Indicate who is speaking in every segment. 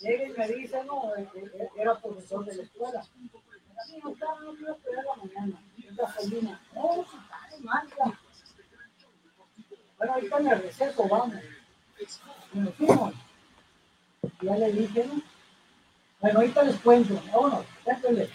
Speaker 1: Llega y me dice, no, eh, era profesor de la escuela. Así no estaba, no quiero esperar la mañana. Es gasolina. No, si marca. Bueno, ahorita en el receso, vamos. Y nos fuimos. Y ya le dije, ¿no? Bueno, ahorita les cuento. Vámonos, cuéntenle.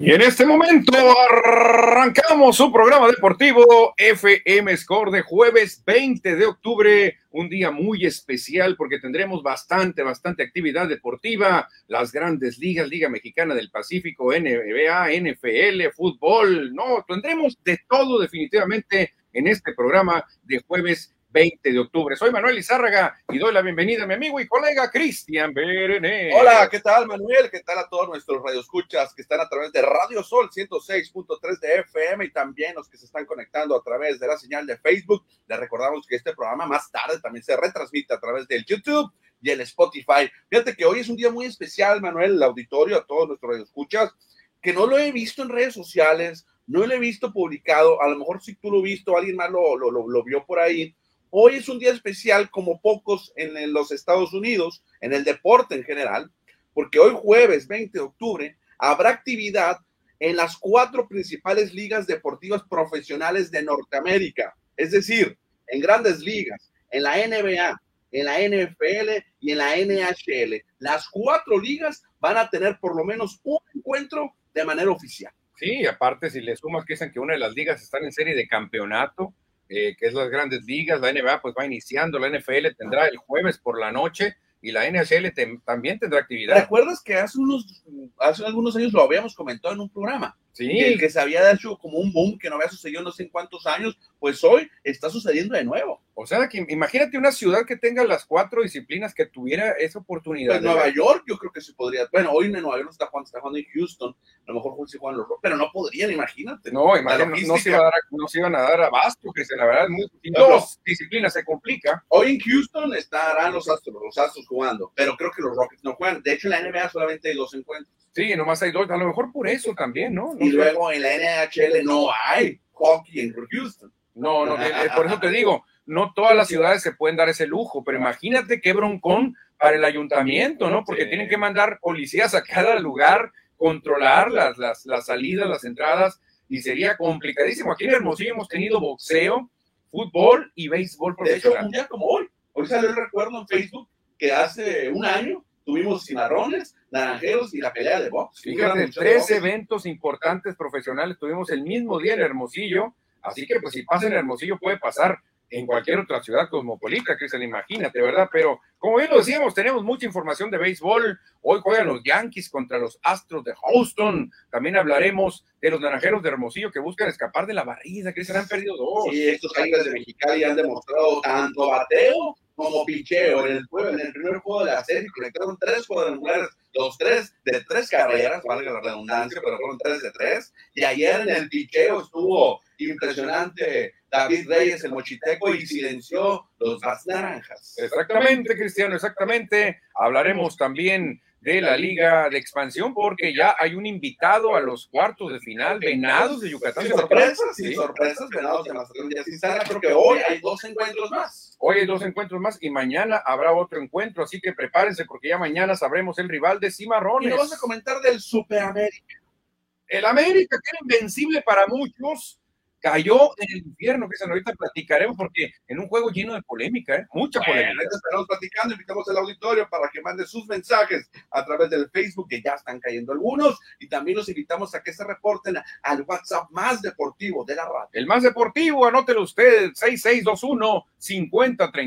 Speaker 2: Y en este momento arrancamos su programa deportivo FM Score de jueves 20 de octubre, un día muy especial porque tendremos bastante, bastante actividad deportiva, las grandes ligas, Liga Mexicana del Pacífico, NBA, NFL, fútbol, no, tendremos de todo definitivamente en este programa de jueves 20 de octubre. Soy Manuel Izárraga y doy la bienvenida a mi amigo y colega Cristian Berenés.
Speaker 3: Hola, ¿qué tal Manuel? ¿Qué tal a todos nuestros radioescuchas que están a través de Radio Sol 106.3 de FM y también los que se están conectando a través de la señal de Facebook? Les recordamos que este programa más tarde también se retransmite a través del YouTube y el Spotify. Fíjate que hoy es un día muy especial, Manuel, el auditorio, a todos nuestros radioescuchas, que no lo he visto en redes sociales, no lo he visto publicado, a lo mejor si tú lo visto, alguien más lo, lo, lo, lo vio por ahí, Hoy es un día especial como pocos en los Estados Unidos, en el deporte en general, porque hoy jueves 20 de octubre habrá actividad en las cuatro principales ligas deportivas profesionales de Norteamérica, es decir, en grandes ligas, en la NBA, en la NFL y en la NHL. Las cuatro ligas van a tener por lo menos un encuentro de manera oficial.
Speaker 2: Sí, aparte si le sumas que dicen que una de las ligas están en serie de campeonato, eh, que es las grandes ligas, la NBA pues va iniciando, la NFL tendrá el jueves por la noche y la NHL te, también tendrá actividad.
Speaker 3: ¿Recuerdas que hace unos hace algunos años lo habíamos comentado en un programa?
Speaker 2: Sí.
Speaker 3: Que el que se había hecho como un boom que no había sucedido no sé en cuántos años, pues hoy está sucediendo de nuevo.
Speaker 2: O sea, que imagínate una ciudad que tenga las cuatro disciplinas que tuviera esa oportunidad.
Speaker 3: Pues Nueva York yo creo que se podría. Bueno, hoy en Nueva York no está jugando, está jugando en Houston, a lo mejor sí juegan los pero no podrían, imagínate.
Speaker 2: No, imagínate, no, no, se iba a dar, no se iban a dar abasto, que la verdad es muy si no, dos disciplinas se complica.
Speaker 3: Hoy en Houston estarán los Astros, los Astros jugando, pero creo que los Rockets no juegan. De hecho, en la NBA solamente hay dos encuentros.
Speaker 2: Sí, nomás hay dos, a lo mejor por eso también, ¿no? no
Speaker 3: y luego en la NHL no hay hockey en Houston.
Speaker 2: No, no,
Speaker 3: Ah,
Speaker 2: por eso te digo, no todas las ciudades se pueden dar ese lujo, pero imagínate qué broncón para el ayuntamiento, ¿no? Porque tienen que mandar policías a cada lugar controlar las, las, las, salidas, las entradas, y sería complicadísimo. Aquí en Hermosillo hemos tenido boxeo, fútbol y béisbol profesional.
Speaker 3: De hecho, un día como hoy, hoy salió el recuerdo en Facebook que hace un año tuvimos cimarrones, naranjeros y la pelea de box.
Speaker 2: Fíjate, tres eventos importantes profesionales tuvimos el mismo día en Hermosillo, así que pues si pasa en Hermosillo puede pasar en cualquier otra ciudad cosmopolita, Cristian, imagínate, ¿verdad? Pero como bien lo decíamos, tenemos mucha información de béisbol. Hoy juegan los Yankees contra los Astros de Houston. También hablaremos de los Naranjeros de Hermosillo que buscan escapar de la barrida, Cristian, han perdido dos.
Speaker 3: Sí, Oh, estos Tigres de Mexicali han demostrado tanto bateo como picheo. En el, en el primer juego de la serie conectaron tres cuadrangulares, los tres de tres carreras, valga la redundancia, pero fueron tres de tres. Y ayer en el picheo estuvo impresionante David Reyes, el mochiteco, y silenció los más naranjas.
Speaker 2: Exactamente, Cristiano, exactamente. Hablaremos también de la Liga de Expansión, porque ya hay un invitado a los cuartos de final, Venados de Yucatán.
Speaker 3: Sin sorpresas, sin sorpresas, Venados de Mazatlán y Asistana. Creo que hoy hay dos encuentros más.
Speaker 2: Hoy hay dos encuentros más y mañana habrá otro encuentro, así que prepárense porque ya mañana sabremos el rival de Cimarrones.
Speaker 3: Y nos vas a comentar del Superamérica.
Speaker 2: El América, que era invencible para muchos, cayó en el infierno, que se ahorita platicaremos porque en un juego lleno de polémica, ¿eh? mucha
Speaker 3: bueno,
Speaker 2: polémica.
Speaker 3: Ahorita estaremos platicando, invitamos al auditorio para que mande sus mensajes a través del Facebook, que ya están cayendo algunos, y también los invitamos a que se reporten al WhatsApp más deportivo de la radio.
Speaker 2: El más deportivo, anótelo usted, 6621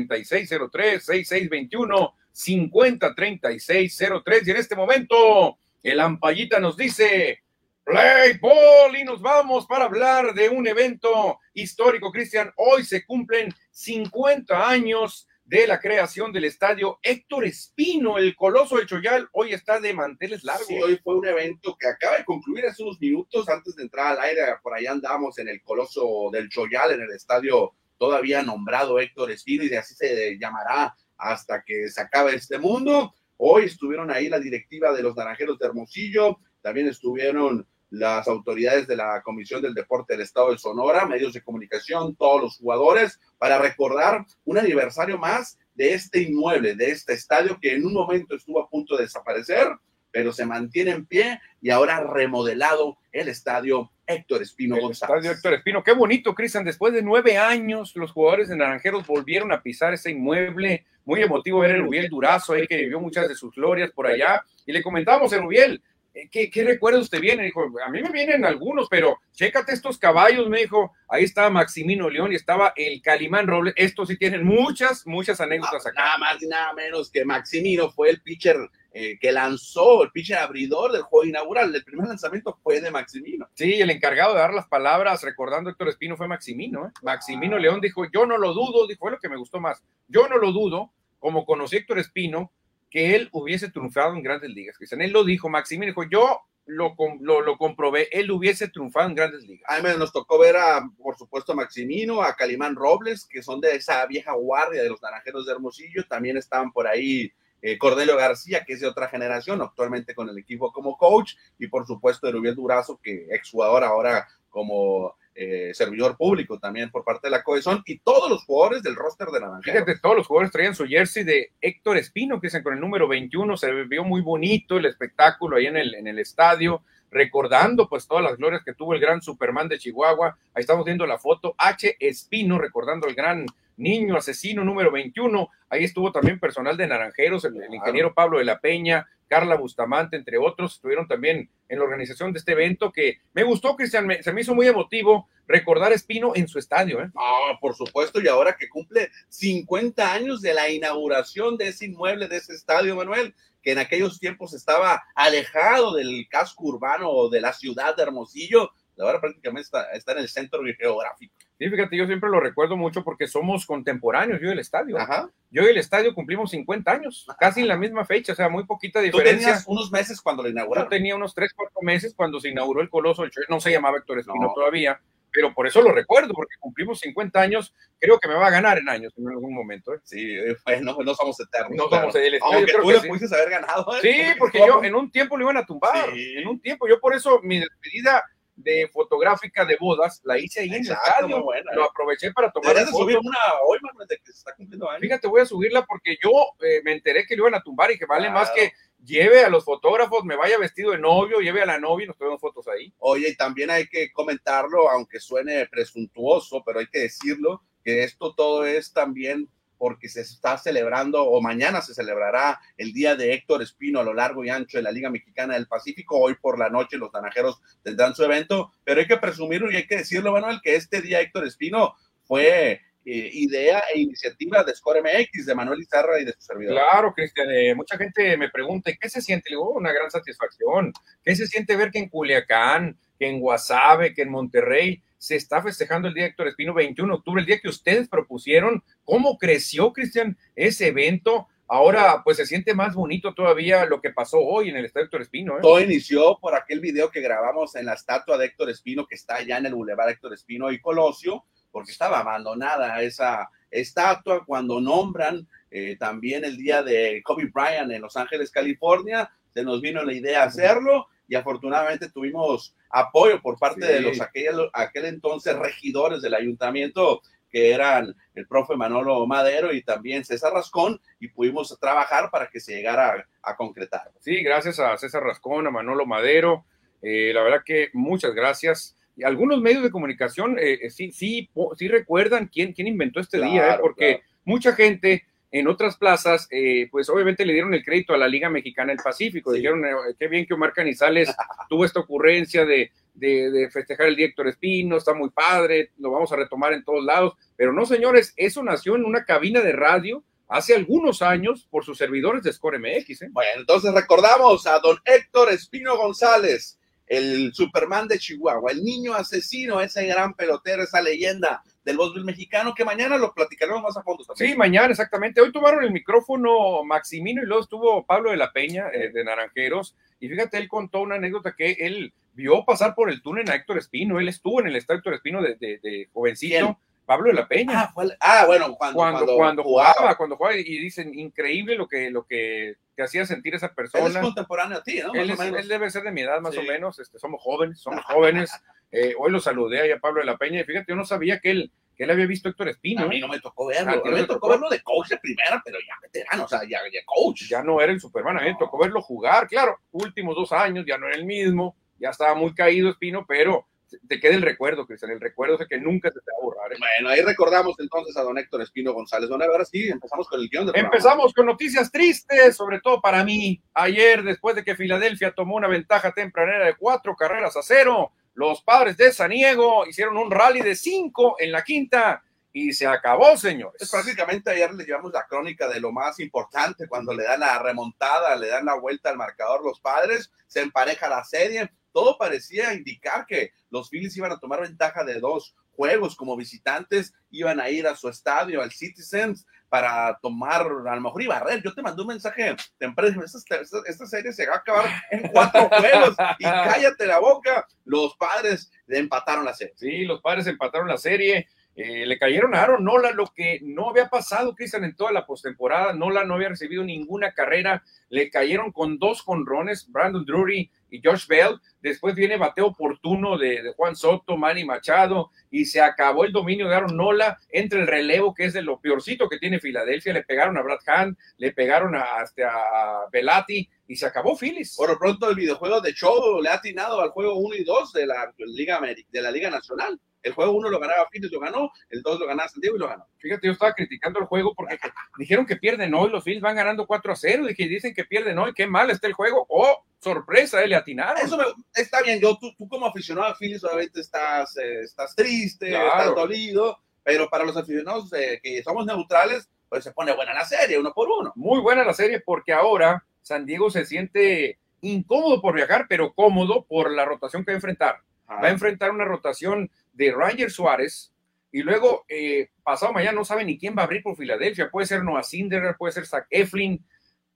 Speaker 2: 503603 6621 503603 y en este momento el Ampallita nos dice Play Ball y nos vamos para hablar de un evento histórico, Cristian. Hoy se cumplen 50 años de la creación del estadio Héctor Espino, el coloso del Choyal. Hoy está de manteles largos.
Speaker 3: Sí, hoy fue un evento que acaba de concluir hace unos minutos antes de entrar al aire. Por allá andamos en el coloso del Choyal, en el estadio todavía nombrado Héctor Espino y así se llamará hasta que se acabe este mundo. Hoy estuvieron ahí la directiva de los Naranjeros de Hermosillo. También estuvieron las autoridades de la Comisión del Deporte del Estado de Sonora, medios de comunicación, todos los jugadores, para recordar un aniversario más de este inmueble, de este estadio que en un momento estuvo a punto de desaparecer, pero se mantiene en pie y ahora remodelado el estadio Héctor Espino
Speaker 2: El
Speaker 3: González.
Speaker 2: estadio Héctor Espino, qué bonito, Cristian. Después de nueve años, los jugadores de Naranjeros volvieron a pisar ese inmueble. Muy emotivo ver el Rubiel Durazo ahí que vivió muchas de sus glorias por allá. Y le comentábamos a Rubiel, eh, ¿qué, qué recuerdos te vienen? Dijo, a mí me vienen algunos, pero chécate estos caballos, me dijo. Ahí estaba Maximino León y estaba el Calimán Robles. Estos sí tienen muchas, muchas anécdotas acá.
Speaker 3: Ah, Nada más y nada menos que Maximino fue el pitcher eh, que lanzó, el pitcher abridor del juego inaugural. El primer lanzamiento fue de Maximino.
Speaker 2: Sí, el encargado de dar las palabras, recordando a Héctor Espino, fue Maximino. ¿eh? Maximino León dijo, yo no lo dudo, dijo, fue lo que me gustó más. Yo no lo dudo, como conocí a Héctor Espino, que él hubiese triunfado en grandes ligas. Cristian, él lo dijo, Maximino dijo, yo lo, com- lo, lo comprobé, él hubiese triunfado en grandes ligas.
Speaker 3: Además nos tocó ver a, por supuesto, a Maximino, a Calimán Robles, que son de esa vieja guardia de los naranjeros de Hermosillo. También estaban por ahí eh, Cordelio García, que es de otra generación, actualmente con el equipo como coach. Y por supuesto, Erubiel Durazo, que exjugador ahora como eh, servidor público también por parte de la Cohesión. Y todos los jugadores del roster de naranjeros.
Speaker 2: Fíjate, todos los jugadores traían su jersey de Héctor Espino, que dicen con el número 21, se vio muy bonito el espectáculo ahí en el, en el estadio, recordando pues todas las glorias que tuvo el gran Superman de Chihuahua. Ahí estamos viendo la foto, H. Espino, recordando al gran niño asesino número 21. Ahí estuvo también personal de Naranjeros, el, el ingeniero Pablo de la Peña, Carla Bustamante, entre otros, estuvieron también en la organización de este evento que me gustó, Cristian, me- se me hizo muy emotivo recordar a Espino en su estadio, ¿eh?
Speaker 3: Ah, por supuesto, y ahora que cumple 50 años de la inauguración de ese inmueble, de ese estadio, Manuel, que en aquellos tiempos estaba alejado del casco urbano o de la ciudad de Hermosillo, y ahora prácticamente está, está en el centro geográfico.
Speaker 2: Sí, fíjate, yo siempre lo recuerdo mucho porque somos contemporáneos, yo y el estadio.
Speaker 3: Ajá. Ah,
Speaker 2: Yo y el estadio cumplimos 50 años, casi en la misma fecha, o sea, muy poquita
Speaker 3: Tú
Speaker 2: diferencia.
Speaker 3: tenías unos meses cuando lo
Speaker 2: Yo
Speaker 3: inauguraron.
Speaker 2: tenía unos 3, 4 meses cuando se inauguró el Coloso, el Choy- no se llamaba Héctor Espino
Speaker 3: No.
Speaker 2: todavía, pero por eso lo recuerdo, porque cumplimos 50 años, creo que me va a ganar en años en algún momento. ¿eh?
Speaker 3: Sí, eh, bueno, no somos eternos.
Speaker 2: No
Speaker 3: claro.
Speaker 2: somos el estadio,
Speaker 3: Aunque
Speaker 2: creo
Speaker 3: tú
Speaker 2: que
Speaker 3: le
Speaker 2: sí.
Speaker 3: pudiste haber ganado. ¿eh?
Speaker 2: Sí, porque yo en un tiempo lo iban a tumbar,
Speaker 3: Sí.
Speaker 2: en un tiempo, yo por eso mi despedida de fotográfica de bodas la hice ahí en el
Speaker 3: Exacto, muy
Speaker 2: estadio,
Speaker 3: buena. ¿eh?
Speaker 2: lo aproveché para tomar
Speaker 3: Deberías de
Speaker 2: fotos.
Speaker 3: subir una hoy, Manuel, de que se está cumpliendo años.
Speaker 2: Fíjate, voy a subirla porque yo eh, me enteré que lo iban a tumbar y que vale
Speaker 3: Claro.
Speaker 2: más que lleve a los fotógrafos, me vaya vestido de novio, lleve a la novia y nos tomemos fotos ahí.
Speaker 3: Oye, y también hay que comentarlo, aunque suene presuntuoso, pero hay que decirlo, que esto todo es también porque se está celebrando o mañana se celebrará el día de Héctor Espino a lo largo y ancho de la Liga Mexicana del Pacífico. Hoy por la noche los naranjeros tendrán su evento, pero hay que presumirlo y hay que decirlo, Manuel, que este día Héctor Espino fue eh, idea e iniciativa de Score MX, de Manuel Izarra y de su servidor.
Speaker 2: Claro, Cristian, eh, mucha gente me pregunta, ¿y ¿qué se siente? Le digo, "Oh, una gran satisfacción. ¿Qué se siente ver que en Culiacán, que en Guasave, que en Monterrey se está festejando el día de Héctor Espino 21 de octubre, el día que ustedes propusieron? ¿Cómo creció, Cristian, ese evento? Ahora, pues se siente más bonito todavía lo que pasó hoy en el Estadio Héctor Espino. ¿eh?
Speaker 3: Todo inició por aquel video que grabamos en la estatua de Héctor Espino, que está allá en el Boulevard Héctor Espino y Colosio, porque estaba abandonada esa estatua cuando nombran eh, también el día de Kobe Bryant en Los Ángeles, California. Se nos vino la idea hacerlo y afortunadamente tuvimos apoyo por parte
Speaker 2: Sí.
Speaker 3: de los aquel, aquel entonces regidores del ayuntamiento que eran el profe Manolo Madero y también César Rascón y pudimos trabajar para que se llegara a, a concretar.
Speaker 2: Sí, gracias a César Rascón, a Manolo Madero. eh, la verdad que muchas gracias. Y algunos medios de comunicación eh, eh, sí, sí, po- sí recuerdan quién, quién inventó este día, eh,
Speaker 3: Claro,
Speaker 2: porque
Speaker 3: claro.
Speaker 2: mucha gente en otras plazas, eh, pues obviamente le dieron el crédito a la Liga Mexicana del Pacífico.
Speaker 3: Sí.
Speaker 2: Dijeron, eh, qué bien que Omar Canizales tuvo esta ocurrencia de, de- de festejar el día Héctor Espino, está muy padre, lo vamos a retomar en todos lados. Pero no, señores, eso nació en una cabina de radio hace algunos años por sus servidores de Score MX. ¿eh?
Speaker 3: Bueno, entonces recordamos a don Héctor Espino González, el Superman de Chihuahua, el niño asesino, ese gran pelotero, esa leyenda del voleibol mexicano, que mañana lo platicaremos más a fondo también.
Speaker 2: Sí, mañana, exactamente. Hoy tomaron el micrófono Maximino y luego estuvo Pablo de la Peña, eh, de Naranjeros. Y fíjate, él contó una anécdota que él vio pasar por el túnel a Héctor Espino. Él estuvo en el estadio Héctor Espino de, de- de jovencito.
Speaker 3: ¿Quién?
Speaker 2: Pablo de la Peña.
Speaker 3: Ah, fue al- ah, bueno, cuando,
Speaker 2: cuando, cuando, jugaba, cuando jugaba, y dicen, increíble lo que, lo que te hacía sentir esa
Speaker 3: Él es
Speaker 2: persona.
Speaker 3: contemporáneo a ti, ¿no? Más
Speaker 2: Él,
Speaker 3: o
Speaker 2: es-
Speaker 3: menos.
Speaker 2: él debe ser de mi edad más
Speaker 3: Sí.
Speaker 2: o menos, este, somos jóvenes, somos jóvenes. Eh, hoy lo saludé ahí a Pablo de la Peña y fíjate, yo no sabía que él, que él había visto a Héctor
Speaker 3: A
Speaker 2: Espino.
Speaker 3: mí
Speaker 2: ¿eh?
Speaker 3: no me tocó
Speaker 2: Ah,
Speaker 3: verlo.
Speaker 2: ¿no
Speaker 3: A mí me
Speaker 2: te
Speaker 3: tocó
Speaker 2: tocó?
Speaker 3: verlo de coach de primera, pero ya veterano, o sea, ya, ya coach.
Speaker 2: Ya no era el Superman, a mí me
Speaker 3: No.
Speaker 2: tocó verlo jugar, claro, últimos dos años, ya no era el mismo, ya estaba muy caído Espino, pero te queda el recuerdo, Cristian, el recuerdo es que nunca se te va a borrar. ¿eh?
Speaker 3: Bueno, ahí recordamos entonces a don Héctor Espino González. Bueno, ahora sí, empezamos con el guión del programa.
Speaker 2: Empezamos con noticias tristes, sobre todo para mí. Ayer, después de que Filadelfia tomó una ventaja tempranera de cuatro carreras a cero, los padres de San Diego hicieron un rally de cinco en la quinta y se acabó, señores.
Speaker 3: Pues prácticamente ayer le llevamos la crónica de lo más importante cuando le dan la remontada, le dan la vuelta al marcador los padres, se empareja la serie. Todo parecía indicar que los Phillies iban a tomar ventaja de dos juegos como visitantes, iban a ir a su estadio, al Citizens, para tomar, a lo mejor y barrer. Yo te mandé un mensaje temprano, esta, esta, esta serie se va a acabar en cuatro juegos y cállate la boca. Los padres le empataron la serie.
Speaker 2: Sí, los padres empataron la serie. eh, le cayeron a Aaron Nola lo que no había pasado, Cristian, en toda la postemporada. Nola no había recibido ninguna carrera. Le cayeron con dos conrones, Brandon Drury y Josh Bell. Después viene bateo oportuno de, de Juan Soto, Manny Machado. Y se acabó el dominio de Aaron Nola entre el relevo, que es de lo peorcito que tiene Filadelfia. Le pegaron a Brad Hand, le pegaron a, hasta a Velati y se acabó Phillies.
Speaker 3: Por lo pronto, el videojuego de show le ha atinado al juego 1 y 2 de la Liga, Ameri- de la Liga Nacional. El juego 1 lo ganaba Phoenix, lo ganó. El 2 lo ganaba San Diego y lo ganó.
Speaker 2: Fíjate, yo estaba criticando el juego porque dijeron que pierden hoy, los Phillies van ganando 4 a 0 y que dicen que pierden hoy, qué mal está el juego. ¡Oh, sorpresa! eh, le atinaron.
Speaker 3: Eso me- está bien. Yo, tú, tú como aficionado a Phoenix, obviamente estás, eh, estás triste,
Speaker 2: Claro.
Speaker 3: estás dolido. Pero para los aficionados eh, que somos neutrales, pues se pone buena la serie, uno por uno.
Speaker 2: Muy buena la serie porque ahora San Diego se siente incómodo por viajar, pero cómodo por la rotación que va a enfrentar.
Speaker 3: Ah,
Speaker 2: Va a enfrentar una rotación de Ranger Suárez y luego eh, pasado mañana no sabe ni quién va a abrir por Filadelfia. Puede ser Noah Cinderer, puede ser Zach Eflin,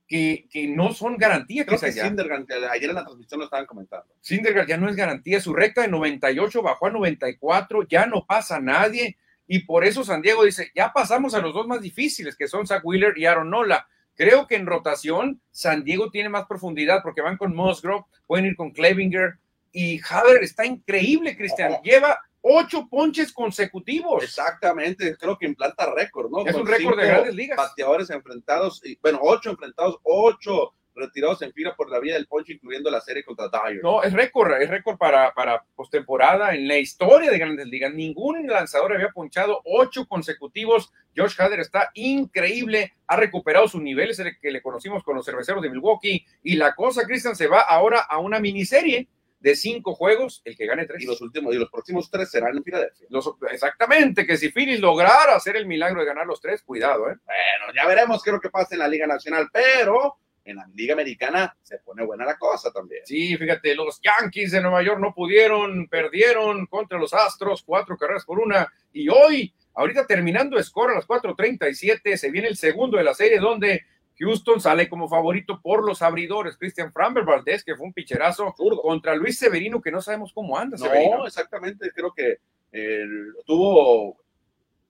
Speaker 2: que, que no son garantía que
Speaker 3: Creo
Speaker 2: sea
Speaker 3: que
Speaker 2: ya.
Speaker 3: Sindergan, que ayer en la transmisión lo estaban comentando.
Speaker 2: Syndergaard ya no es garantía, su recta de 98 bajó a 94, ya no pasa nadie y por eso San Diego dice, ya pasamos a los dos más difíciles que son Zach Wheeler y Aaron Nola. Creo que en rotación San Diego tiene más profundidad porque van con Musgrove, pueden ir con Klevinger y Haber está increíble, Cristian.
Speaker 3: Ojo.
Speaker 2: Lleva ocho ponches consecutivos.
Speaker 3: Exactamente, creo que implanta récord, ¿no?
Speaker 2: Es
Speaker 3: Con
Speaker 2: un récord de
Speaker 3: cinco
Speaker 2: grandes ligas.
Speaker 3: Bateadores enfrentados, y, bueno, ocho enfrentados, ocho retirados en fila por la vía del ponche, incluyendo la serie contra Dyer.
Speaker 2: No, es récord, es récord para, para postemporada en la historia de Grandes Ligas. Ningún lanzador había punchado ocho consecutivos. Josh Hader está increíble, ha recuperado su nivel, es el que le conocimos con los cerveceros de Milwaukee. Y la cosa, Cristian, se va ahora a una miniserie de cinco juegos, el que gane tres.
Speaker 3: Y los últimos, y los próximos tres serán en Filadelfia.
Speaker 2: Los- exactamente, que si Phillies lograra hacer el milagro de ganar los tres, cuidado, ¿eh?
Speaker 3: Bueno, ya veremos qué es lo que pasa en la Liga Nacional, pero en la Liga Americana se pone buena la cosa también.
Speaker 2: Sí, fíjate, los Yankees de Nueva York no pudieron, perdieron contra los Astros, cuatro carreras por una. Y hoy, ahorita terminando score a las 4:37, se viene el segundo de la serie donde Houston sale como favorito por los abridores. Christian Framber Valdez, que fue un picherazo contra Luis Severino, que no sabemos cómo anda. Severino.
Speaker 3: No, exactamente, creo que eh, tuvo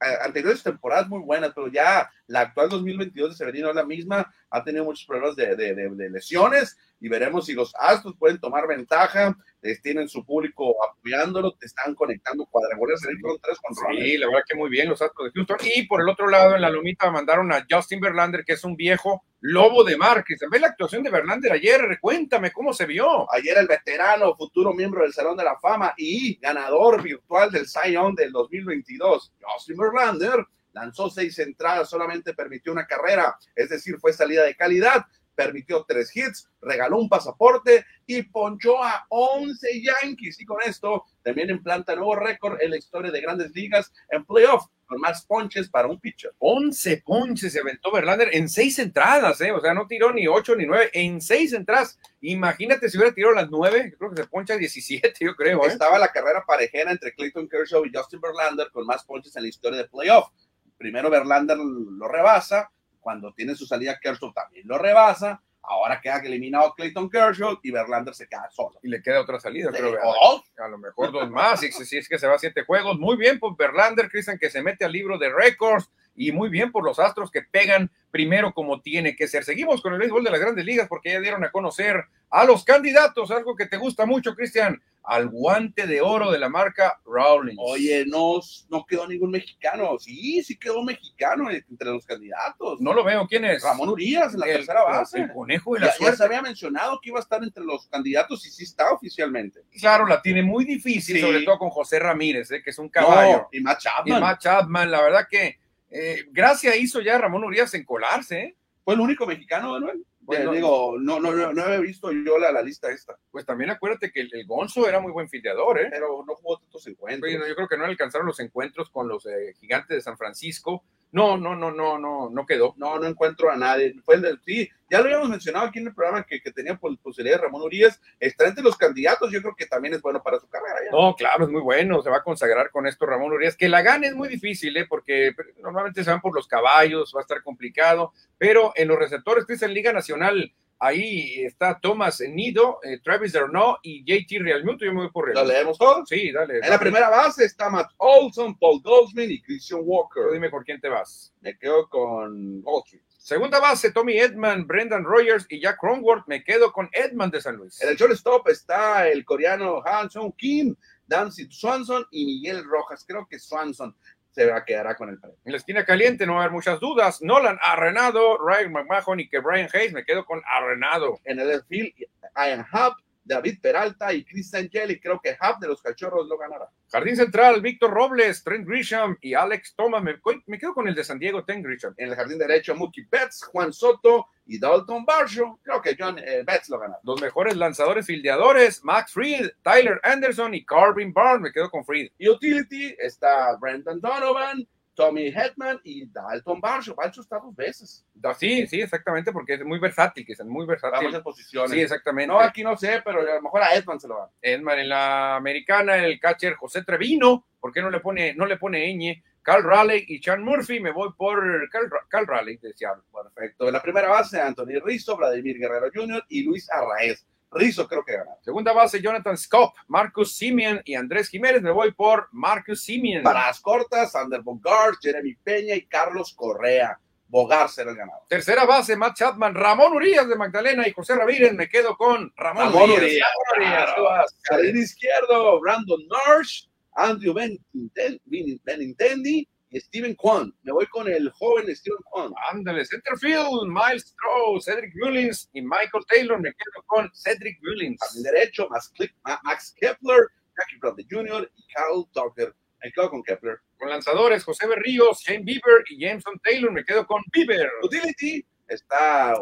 Speaker 3: eh, anteriores temporadas muy buenas, pero ya la actual 2022 de Severino es la misma, ha tenido muchos problemas de, de- de- de lesiones y veremos si los Astros pueden tomar ventaja, eh, tienen su público apoyándolo, te están conectando cuadrangulares, se fueron tres controles.
Speaker 2: Sí, la verdad que muy bien los Astros de Houston. Y por el otro lado, en la lomita mandaron a Justin Verlander, que es un viejo lobo de mar. Cristian, ve la actuación de Verlander ayer, cuéntame cómo se vio.
Speaker 3: Ayer el veterano, futuro miembro del Salón de la Fama y ganador virtual del Cy Young del 2022, Justin Verlander, lanzó seis entradas, solamente permitió una carrera, es decir, fue salida de calidad, permitió tres hits, regaló un pasaporte y ponchó a 11 Yankees. Y con esto también implanta nuevo récord en la historia de grandes ligas en playoff, con más ponches para un pitcher.
Speaker 2: 11 ponches se aventó Verlander en seis entradas, ¿eh? O sea, no tiró ni ocho ni nueve, en seis entradas. Imagínate si hubiera tirado las nueve, creo que se poncha 17, yo creo, ¿eh?
Speaker 3: Estaba la carrera parejera entre Clayton Kershaw y Justin Verlander con más ponches en la historia de playoff. Primero Verlander lo rebasa, cuando tiene su salida Kershaw también lo rebasa, Ahora queda eliminado Clayton Kershaw y Verlander se queda solo.
Speaker 2: Y le queda otra salida,
Speaker 3: Sí,
Speaker 2: creo.
Speaker 3: o
Speaker 2: A,
Speaker 3: dos.
Speaker 2: a lo mejor dos más, si, si es que se va a siete juegos. Muy bien por Verlander, Cristian, que se mete al libro de récords. Y muy bien por los Astros que pegan primero como tiene que ser. Seguimos con el béisbol de las grandes ligas porque ya dieron a conocer a los candidatos, algo que te gusta mucho, Cristian, al guante de oro de la marca Rawlings.
Speaker 3: Oye, no, no quedó ningún mexicano. Sí, sí quedó un mexicano entre los candidatos.
Speaker 2: no lo veo. ¿Quién es?
Speaker 3: Ramón Urias en la
Speaker 2: El-
Speaker 3: tercera base.
Speaker 2: El conejo de la
Speaker 3: Ya, ya
Speaker 2: suerte.
Speaker 3: se había mencionado que iba a estar entre los candidatos y sí está oficialmente.
Speaker 2: Claro, la tiene muy difícil,
Speaker 3: Sí.
Speaker 2: sobre todo con José Ramírez, eh, que es un caballo.
Speaker 3: No, y Matt
Speaker 2: y
Speaker 3: Chapman.
Speaker 2: Matt Chapman, la verdad que eh, gracia hizo ya Ramón Urias en colarse, ¿eh?
Speaker 3: Fue el único mexicano, Manuel.
Speaker 2: Bueno,
Speaker 3: digo, no, no, no, no había visto yo la, la lista esta,
Speaker 2: Pues también acuérdate que el, el Gonzo era muy buen fildeador, ¿eh?
Speaker 3: pero no jugó tantos encuentros.
Speaker 2: Pero yo creo que no le alcanzaron los encuentros con los eh, gigantes de San Francisco. No, no, no, no, no, no quedó.
Speaker 3: No, no encuentro a nadie. Fue el del, sí, ya lo habíamos mencionado aquí en el programa que, que tenía pos- posibilidad de Ramón Urias. Está entre los candidatos, yo creo que también es bueno para su carrera. ya.
Speaker 2: No, claro, es muy bueno, se va a consagrar con esto Ramón Urias. Que la gane es muy difícil, ¿eh? Porque normalmente se van por los caballos, va a estar complicado. Pero en los receptores, que es en Liga Nacional, ahí está Thomas Nido, eh, Travis Darno y JT Realmuto. Yo me voy por
Speaker 3: ¿Lo
Speaker 2: Realmuto.
Speaker 3: leemos todos?
Speaker 2: Sí, dale.
Speaker 3: En la primera base está Matt Olson, Paul Goldschmidt y Christian
Speaker 2: Pero
Speaker 3: Walker.
Speaker 2: dime por quién te vas.
Speaker 3: Me quedo con Goldschmidt.
Speaker 2: Segunda base, Tommy Edman, Brendan Rogers y Jack Cronworth. Me quedo con Edman de San Luis.
Speaker 3: En el shortstop está el coreano Hanson Kim, Dancy Swanson y Miguel Rojas. Creo que Swanson se va a quedar con el premio.
Speaker 2: En la esquina caliente no va a haber muchas dudas. Nolan Arrenado, Ryan McMahon y que Brian Hayes. Me quedo con Arrenado.
Speaker 3: En el left field, Ian Hub, David Peralta y Chris Angeli. Creo que Hub de los cachorros lo ganará.
Speaker 2: Jardín central, Víctor Robles, Trent Grisham y Alex Thomas. Me, co- me quedo con el de San Diego, Trent Grisham.
Speaker 3: En el jardín derecho, Mookie Betts, Juan Soto y Dalton Barrio. Creo que John eh, Betts lo ganará.
Speaker 2: Los mejores lanzadores fildeadores, Max Fried, Tyler Anderson y Corbin Barnes. Me quedo con Fried.
Speaker 3: Y utility está Brendan Donovan, Tommy Hetman y Dalton Barrio. Barrio está dos veces.
Speaker 2: Da- Sí, sí, exactamente, porque es muy versátil, que es muy
Speaker 3: Para
Speaker 2: versátil.
Speaker 3: muchas posiciones.
Speaker 2: Sí, exactamente.
Speaker 3: no, aquí no sé, pero a lo mejor a Edman se lo va.
Speaker 2: Edman en la americana, el catcher José Trevino, ¿por qué no le pone, no le pone ñ? Carl Raleigh y Chan Murphy, me voy por Carl, Ra- Carl Raleigh, decía.
Speaker 3: Perfecto. En la primera base, Anthony Rizzo, Vladimir Guerrero Jr. y Luis Arraez. Rizzo creo que ganará.
Speaker 2: Segunda base, Jonathan Scott, Marcus Simeon y Andrés Jiménez, me voy por Marcus Simeon.
Speaker 3: Para las cortas, Sander Bogart, Jeremy Peña y Carlos Correa. Bogart será el ganador.
Speaker 2: Tercera base, Matt Chapman, Ramón Urias de Magdalena y José Ramírez, me quedo con Ramón,
Speaker 3: Ramón
Speaker 2: Urias.
Speaker 3: Urias.
Speaker 2: Ramón Urias,
Speaker 3: Claro.
Speaker 2: tú vas.
Speaker 3: Jardín izquierdo, Brandon Norris, Andrew Beninten- Benin- Benintendi y Steven Kwan. Me voy con el joven Steven Kwan.
Speaker 2: Ándale, Centerfield, Miles Stroh, Cedric Mullins y Michael Taylor, me quedo con Cedric Mullins.
Speaker 3: Jardín derecho, Max, Clip- Ma- Max Kepler, Jackie Bradley Jr. y Kyle Tucker. Me quedo con Kepler.
Speaker 2: Con lanzadores, José Berríos, Shane Bieber y Jameson Taylor, me quedo con Bieber.
Speaker 3: Utility está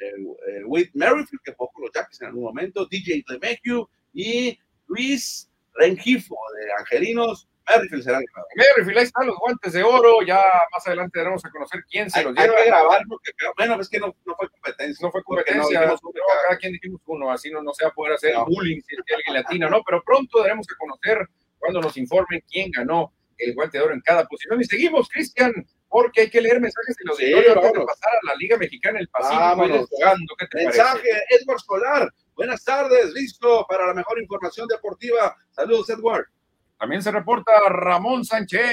Speaker 3: eh, eh, Whit Merrifield, que jugó con los Yankees en algún momento, DJ LeMahieu y Luis Rengifo de Angelinos. Merrifield será el ganador.
Speaker 2: Merrifield, ahí están los guantes de oro. Ya más adelante daremos a conocer quién se
Speaker 3: Hay,
Speaker 2: los
Speaker 3: hay
Speaker 2: lleva.
Speaker 3: que grabar porque, creo- bueno, es que no, no fue competencia.
Speaker 2: No fue
Speaker 3: porque no
Speaker 2: competencia.
Speaker 3: dijimos uno
Speaker 2: no,
Speaker 3: cada-
Speaker 2: cada quien dijimos uno, así no, no se va a poder hacer
Speaker 3: No.
Speaker 2: bullying si es que alguien latina, ¿no? Pero pronto daremos a conocer cuando nos informen quién ganó el guante de oro en cada posición. Y seguimos, Cristian, porque hay que leer mensajes de los
Speaker 3: Sí,
Speaker 2: auditorio antes de
Speaker 3: vámonos.
Speaker 2: pasar a la Liga Mexicana el Pacífico.
Speaker 3: Vámonos.
Speaker 2: Vámonos. Jugando, ¿qué te parece?
Speaker 3: Mensaje, Edward Solar. Buenas tardes, listo para la mejor información deportiva. Saludos, Edward.
Speaker 2: También se reporta Ramón Sánchez.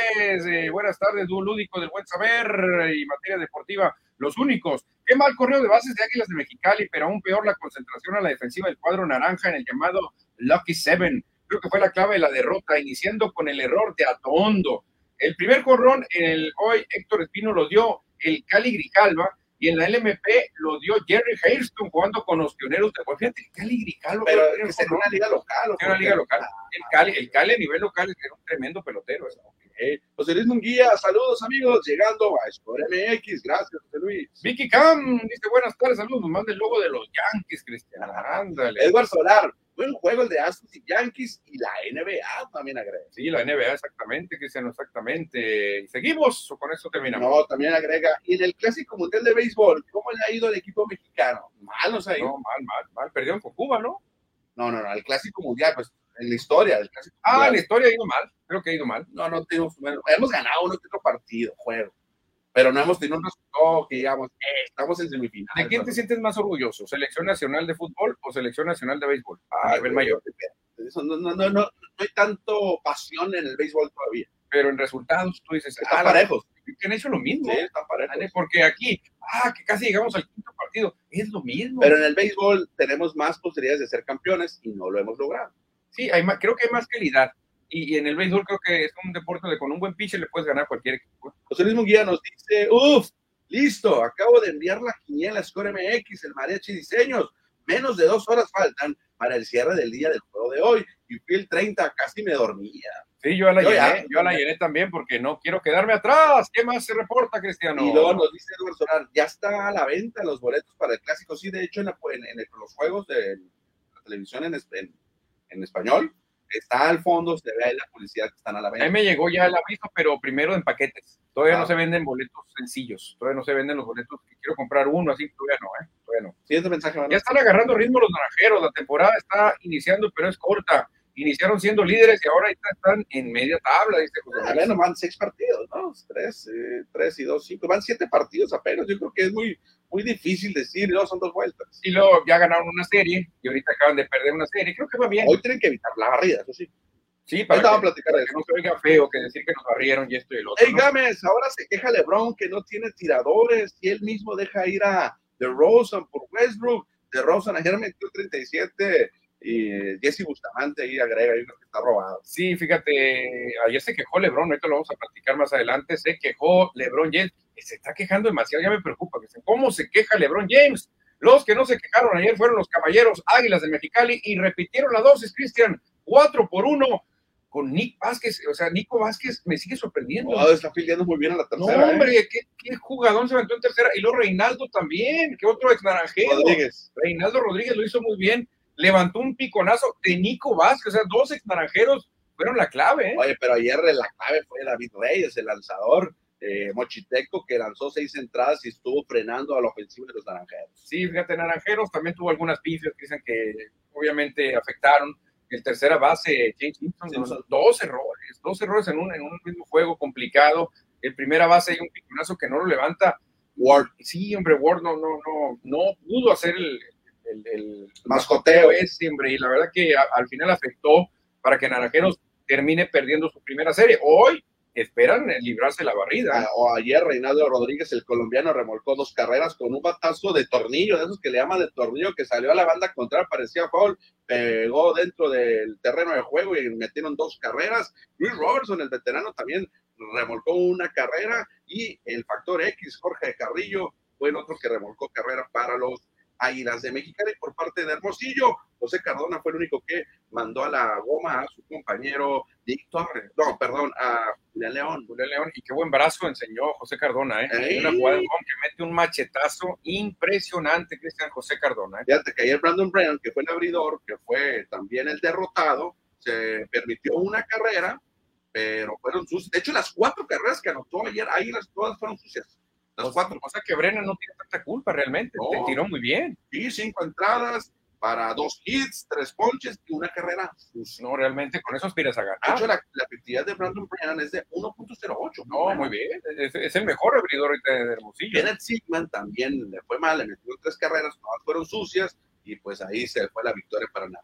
Speaker 2: eh, buenas tardes, dúo lúdico del buen saber eh, y materia deportiva. Los únicos. Qué mal correo de bases de Águilas de Mexicali, pero aún peor la concentración a la defensiva del cuadro naranja en el llamado Lucky Seven. Creo que fue la clave de la derrota, iniciando con el error de Atondo. El primer corrón en el hoy Héctor Espino lo dio el Cali Grijalva y en la LMP lo dio Jerry Hairston jugando con los pioneros de Puebla. Fíjate, el Cali Grijalva.
Speaker 3: Pero
Speaker 2: fue el
Speaker 3: es en
Speaker 2: primer
Speaker 3: una liga local. ¿o
Speaker 2: en una
Speaker 3: qué?
Speaker 2: liga local. El Cali, el Cali a nivel local era un tremendo pelotero. ¿eh?
Speaker 3: Eh, José Luis Munguía, saludos, amigos. Llegando a Sport MX. Gracias, José Luis.
Speaker 2: Vicky Cam dice buenas tardes, saludos. Nos manda el logo de los Yankees, Cristian. Ándale.
Speaker 3: Edward Solar. Buen juego el de Astros y Yankees y la NBA también agrega.
Speaker 2: Sí, la NBA, exactamente, Cristian, exactamente. ¿Y seguimos o con eso terminamos?
Speaker 3: No, también agrega. Y en el Clásico Mundial de Béisbol, ¿cómo le ha ido al equipo mexicano? Malos ahí.
Speaker 2: No, mal, mal, mal. Perdieron con Cuba, ¿no?
Speaker 3: No, no, no. El Clásico Mundial, pues en la historia del Clásico
Speaker 2: Ah,
Speaker 3: Mundial.
Speaker 2: la historia ha ido mal. Creo que ha ido mal.
Speaker 3: No, no tenemos. bueno, hemos ganado uno que otro partido, juego. pero no hemos tenido un resultado que digamos, eh, estamos en
Speaker 2: ¿De
Speaker 3: semifinales.
Speaker 2: quién te sientes más orgulloso? ¿Selección nacional de fútbol o selección nacional de béisbol?
Speaker 3: Ah,
Speaker 2: A nivel mayor.
Speaker 3: Eso, no, no, no, no, no hay tanto pasión en el béisbol todavía.
Speaker 2: Pero en resultados tú dices,
Speaker 3: Están
Speaker 2: ah, la-
Speaker 3: parejos.
Speaker 2: que han hecho lo mismo.
Speaker 3: Sí, están parejos.
Speaker 2: Dale, Porque aquí, ah, que casi llegamos al quinto partido, es lo mismo.
Speaker 3: Pero en el béisbol tenemos más posibilidades de ser campeones y no lo hemos logrado.
Speaker 2: sí, hay más, creo que hay más calidad. Y, y en el béisbol creo que es un deporte de con un buen pitcher le puedes ganar a cualquier equipo.
Speaker 3: José Luis Munguía nos dice, uff, listo, acabo de enviar la quiniela Score MX, el Mariachi Diseños. Menos de dos horas faltan para el cierre del día del juego de hoy. Y fui el 30, casi me dormía.
Speaker 2: Sí, yo ya la
Speaker 3: Yo
Speaker 2: llené,
Speaker 3: ya.
Speaker 2: yo ya la llené también porque no quiero quedarme atrás. ¿Qué más se reporta, Cristiano?
Speaker 3: Y luego nos dice Edward Solar, ya está a la venta los boletos para el clásico. Sí, de hecho, en, la- en- en el- los juegos de la televisión en, es- en- en español, está al fondo, se ve ahí la publicidad que están a la
Speaker 2: A mí
Speaker 3: venta.
Speaker 2: me llegó ya el aviso, pero primero en paquetes. Todavía
Speaker 3: Ah.
Speaker 2: no se venden boletos sencillos. Todavía no se venden los boletos que quiero comprar uno, así que todavía no, ¿eh? Todavía no.
Speaker 3: Siguiente mensaje, Manuel.
Speaker 2: Ya están agarrando ritmo los naranjeros. La temporada está iniciando, pero es corta. Iniciaron siendo líderes y ahora ya están en media tabla, dice José
Speaker 3: Pues, A
Speaker 2: Luis.
Speaker 3: ver, no van seis partidos, ¿no? Tres, eh, tres y dos, cinco. Van siete partidos apenas. Yo creo que es muy, muy difícil decir, no, son dos vueltas.
Speaker 2: Y luego ya ganaron una serie y ahorita acaban de perder una serie. Creo que va bien.
Speaker 3: Hoy tienen que evitar la barrida, eso sí.
Speaker 2: Sí, para
Speaker 3: Ahorita vamos a
Speaker 2: que,
Speaker 3: platicar de
Speaker 2: para que
Speaker 3: eso.
Speaker 2: no se oiga feo que decir que nos barrieron y esto y el otro.
Speaker 3: Hey
Speaker 2: ¿no?
Speaker 3: Gámez, ahora se queja LeBron que no tiene tiradores y él mismo deja ir a DeRozan por Westbrook. DeRozan ayer metió 37 y eh, Jesse Bustamante ahí agrega, yo creo que está robado.
Speaker 2: Sí, fíjate, ayer se quejó Lebron, ahorita lo vamos a platicar más adelante, se quejó Lebron James, que se está quejando demasiado, ya me preocupa, que se- ¿cómo se queja Lebron James? Los que no se quejaron ayer fueron los caballeros Águilas de Mexicali y repitieron la dosis, Cristian, cuatro por uno con Nick Vázquez, o sea, Nico Vázquez me sigue sorprendiendo.
Speaker 3: Oh, está filiando muy bien a la
Speaker 2: No,
Speaker 3: tercera. ¿eh?
Speaker 2: hombre, ¿qué, qué jugadón se metió en tercera, y luego Reinaldo también, que otro ex naranjero.
Speaker 3: ¿eh? Rodríguez.
Speaker 2: Reinaldo Rodríguez lo hizo muy bien, levantó un piconazo de Nico Vázquez, o sea, dos ex naranjeros fueron la clave, ¿eh?
Speaker 3: Oye, pero ayer la clave fue David Reyes, el lanzador eh, mochiteco que lanzó seis entradas y estuvo frenando a la ofensiva de los naranjeros.
Speaker 2: Sí, fíjate, Naranjeros también tuvo algunas pifias que dicen que obviamente afectaron. El tercera base, James Simpson,
Speaker 3: Simpson.
Speaker 2: ¿no? dos errores, dos errores en un, en un mismo juego complicado. El primera base hay un piconazo que no lo levanta.
Speaker 3: Ward,
Speaker 2: Sí, hombre, Ward no, no, no, no pudo hacer el, el, el
Speaker 3: mascoteo.
Speaker 2: ese, hombre, y la verdad que a- al final afectó para que Naranjeros termine perdiendo su primera serie. Hoy esperan eh, librarse la barrida.
Speaker 3: A- Ah, o ayer Reinaldo Rodríguez, el colombiano, remolcó dos carreras con un batazo de tornillo, de esos que le llaman de tornillo, que salió a la banda contraria, parecía foul, pegó dentro del terreno de juego y metieron dos carreras. Luis Robertson, el veterano, también remolcó una carrera y el factor X, Jorge Carrillo, fue el otro que remolcó carrera para los Águilas de Mexicali por parte de Hermosillo. José Cardona fue el único que mandó a la goma a su compañero Dick Torres, no, perdón, a Julián León.
Speaker 2: Julián León, y qué buen brazo enseñó José Cardona, ¿eh? Hay una
Speaker 3: Ey.
Speaker 2: jugada en home que mete un machetazo impresionante, Cristian José Cardona, ¿eh?
Speaker 3: Fíjate que ayer Brandon Brennan, que fue el abridor, que fue también el derrotado, se permitió una carrera, pero fueron sus. De hecho, las cuatro carreras que anotó ayer, ahí las todas fueron sucias. Las
Speaker 2: O-
Speaker 3: cuatro.
Speaker 2: O sea que Brennan no tiene tanta culpa realmente,
Speaker 3: No.
Speaker 2: te tiró muy bien.
Speaker 3: Y cinco entradas para dos hits, tres ponches y una carrera sucia.
Speaker 2: No, realmente con eso aspiras a
Speaker 3: De hecho,
Speaker 2: ganar.
Speaker 3: la, la efectividad de Brandon Brennan es de 1.08.
Speaker 2: No, muy bien, es, es el mejor abridor ahorita de Hermosillo.
Speaker 3: Kenneth Sigman también le fue mal, le metió tres carreras, todas fueron sucias, y pues ahí se fue la victoria para nada.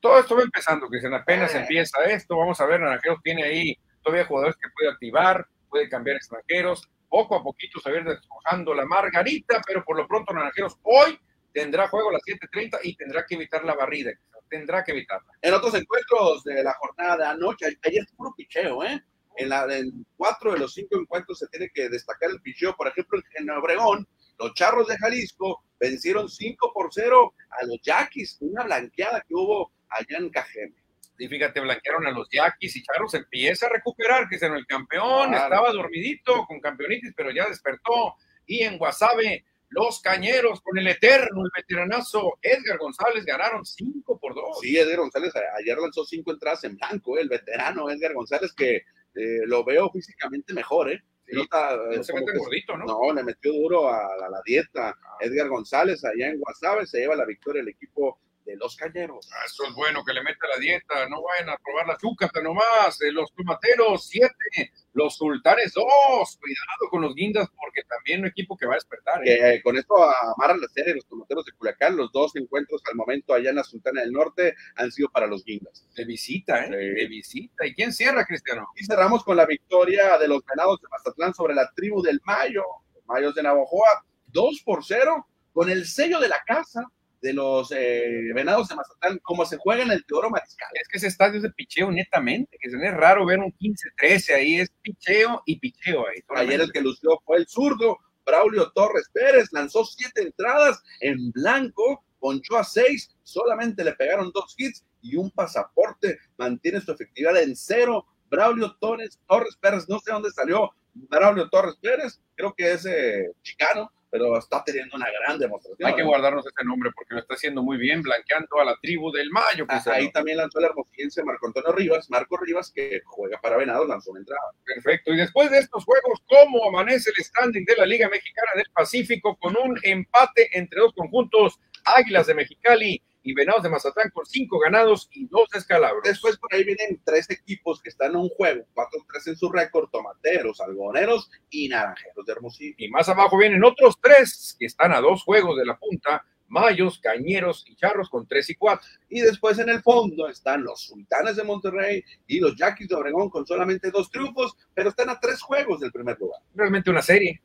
Speaker 2: Todo esto va empezando, Cristian, apenas
Speaker 3: Eh.
Speaker 2: empieza esto, vamos a ver, Naranjeros tiene ahí todavía jugadores que puede activar, puede cambiar extranjeros, poco a poquito se va a ir despojando la margarita, pero por lo pronto Naranjeros hoy tendrá juego a las 7.30 y tendrá que evitar la barrida, tendrá que evitarla.
Speaker 3: En otros encuentros de la jornada de anoche, ayer fue puro picheo, ¿eh? En, la, en cuatro de los cinco encuentros se tiene que destacar el picheo. Por ejemplo, en Obregón, los charros de Jalisco vencieron 5 por 0 a los Yaquis, una blanqueada que hubo allá en Cajeme.
Speaker 2: Y fíjate, blanquearon a los Yaquis y Charros empieza a recuperar, que es el campeón,
Speaker 3: Claro.
Speaker 2: estaba dormidito con campeonitis, pero ya despertó. Y en Guasave, los Cañeros con el eterno, el veteranazo Edgar González ganaron 5 por 2.
Speaker 3: Sí, Edgar González a- ayer lanzó cinco entradas en blanco, ¿eh? el veterano Edgar González, que eh, lo veo físicamente mejor, ¿eh?
Speaker 2: Sí,
Speaker 3: No está, eh,
Speaker 2: no se
Speaker 3: como
Speaker 2: mete
Speaker 3: que-
Speaker 2: gordito, ¿no?
Speaker 3: No, le metió duro a, a la dieta. Edgar González allá en Guasave se lleva la victoria el equipo de los cañeros.
Speaker 2: Eso es bueno, que le meta la dieta. No vayan a probar la chúcata nomás. Eh, Los tomateros, siete. Los sultanes, dos. Cuidado con los guindas, porque también un equipo que va a despertar. eh.
Speaker 3: Que, eh, con esto amarran la serie los tomateros de Culiacán. Los dos encuentros al momento allá en la Sultana del Norte han sido para los guindas.
Speaker 2: De visita, ¿eh?
Speaker 3: Sí.
Speaker 2: De visita. ¿Y quién cierra, Cristiano?
Speaker 3: Y cerramos con la victoria de los venados de Mazatlán sobre la tribu del Mayo, los Mayos de Navojoa, 2 por 0, con el sello de la casa de los eh, venados de Mazatlán, como se juega en el Teoro Mariscal.
Speaker 2: Es que ese estadio es de picheo, netamente. Que se me es raro ver un 15-13 ahí. Es picheo y picheo ahí.
Speaker 3: Ayer el que lució fue el zurdo, Braulio Torres Pérez, lanzó siete entradas en blanco, ponchó a seis, solamente le pegaron dos hits y un pasaporte, mantiene su efectividad en cero. Braulio Torres, Torres Pérez, no sé dónde salió Braulio Torres Pérez, creo que es eh, chicano, pero está teniendo una gran demostración.
Speaker 2: Hay que guardarnos ese nombre porque lo está haciendo muy bien, blanqueando a la tribu del Mayo.
Speaker 3: Ah,
Speaker 2: Cristiano.
Speaker 3: Ahí también lanzó el hermosillense Marco Antonio Rivas, Marco Rivas, que juega para Venados, lanzó una entrada.
Speaker 2: Perfecto. Y después de estos juegos, ¿cómo amanece el standing de la Liga Mexicana del Pacífico con un empate entre dos conjuntos, Águilas de Mexicali y Venados de Mazatlán con cinco ganados y dos escalabros?
Speaker 3: Después por ahí vienen tres equipos que están en un juego, 4-3 en su récord, tomateros, algoneros y naranjeros de Hermosillo.
Speaker 2: Y más abajo vienen otros tres que están a dos juegos de la punta, Mayos, Cañeros y Charros con tres y cuatro.
Speaker 3: Y después en el fondo están los Sultanes de Monterrey y los Yaquis de Obregón con solamente dos triunfos, pero están a tres juegos del primer lugar.
Speaker 2: Realmente una serie.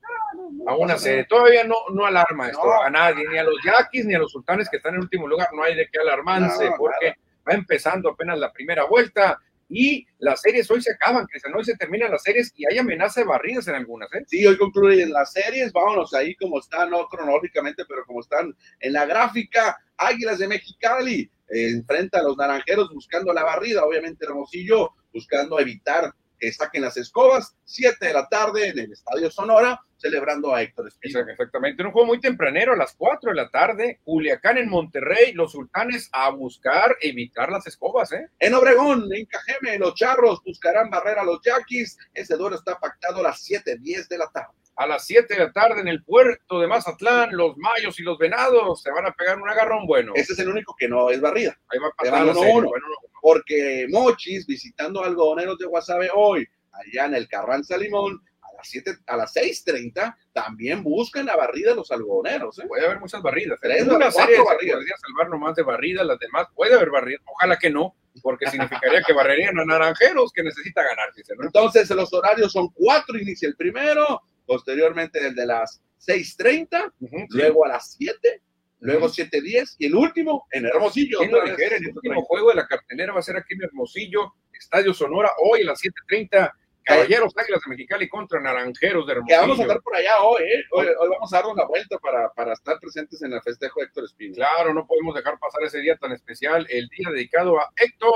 Speaker 2: A una
Speaker 3: pasa
Speaker 2: serie. Todavía no, no alarma esto
Speaker 3: No.
Speaker 2: a nadie, ni a los Yaquis, ni a los Sultanes que están en último lugar. No hay de qué alarmarse
Speaker 3: No,
Speaker 2: porque va empezando apenas la primera vuelta y las series hoy se acaban, Cristian. Hoy se terminan las series y hay amenaza de barridas en algunas. ¿eh?
Speaker 3: Sí, hoy concluyen las series, vámonos ahí como están, no cronológicamente, pero como están en la gráfica, Águilas de Mexicali eh, enfrenta a los Naranjeros buscando la barrida, obviamente Hermosillo buscando evitar que saquen las escobas, 7 de la tarde en el Estadio Sonora, celebrando a Héctor Espino.
Speaker 2: Exact- Exactamente, un juego muy tempranero a las 4 de la tarde, Culiacán en Monterrey, los sultanes a buscar evitar las escobas, ¿eh?
Speaker 3: En Obregón, en Cajeme, los charros buscarán barrer a los yaquis. Ese duelo está pactado a las 7:10 de la tarde.
Speaker 2: a las 7 de la tarde en el puerto de Mazatlán, los mayos y los venados se van a pegar un agarrón bueno.
Speaker 3: Ese es el único que no es barrida,
Speaker 2: Ahí va a
Speaker 3: le van
Speaker 2: pasar la
Speaker 3: uno
Speaker 2: serie,
Speaker 3: a uno.
Speaker 2: bueno, no.
Speaker 3: porque Mochis, visitando algodoneros de Guasave hoy, allá en el Carranza Limón, a las, 7, a las 6:30, también buscan la barrida los algodoneros. ¿eh?
Speaker 2: Puede haber muchas barridas. ¿eh?
Speaker 3: Tres,
Speaker 2: Una
Speaker 3: cuatro
Speaker 2: serie se
Speaker 3: barridas.
Speaker 2: podría salvar nomás de barridas, las demás puede haber barridas. Ojalá que no, porque significaría que barrerían a Naranjeros, que necesita ganar, dice, ¿no?
Speaker 3: Entonces, los horarios son 4, inicia el primero, posteriormente el de las 6:30,
Speaker 2: Ujú.
Speaker 3: luego a las 7, luego
Speaker 2: Ujú.
Speaker 3: 7:10 y el último en Hermosillo.
Speaker 2: ¿Quién lo
Speaker 3: otra vez,
Speaker 2: dijera? El último
Speaker 3: 7:30.
Speaker 2: juego de la cartelera va a ser aquí en Hermosillo, Estadio Sonora, hoy a las 7.30, Caballeros Águilas de Mexicali contra Naranjeros de
Speaker 3: Que
Speaker 2: Hermosillo.
Speaker 3: vamos a estar por allá hoy, ¿eh? Hoy, hoy vamos a darnos la vuelta para, para estar presentes en el festejo de Héctor Espino.
Speaker 2: Claro, no podemos dejar pasar ese día tan especial, el día dedicado a Héctor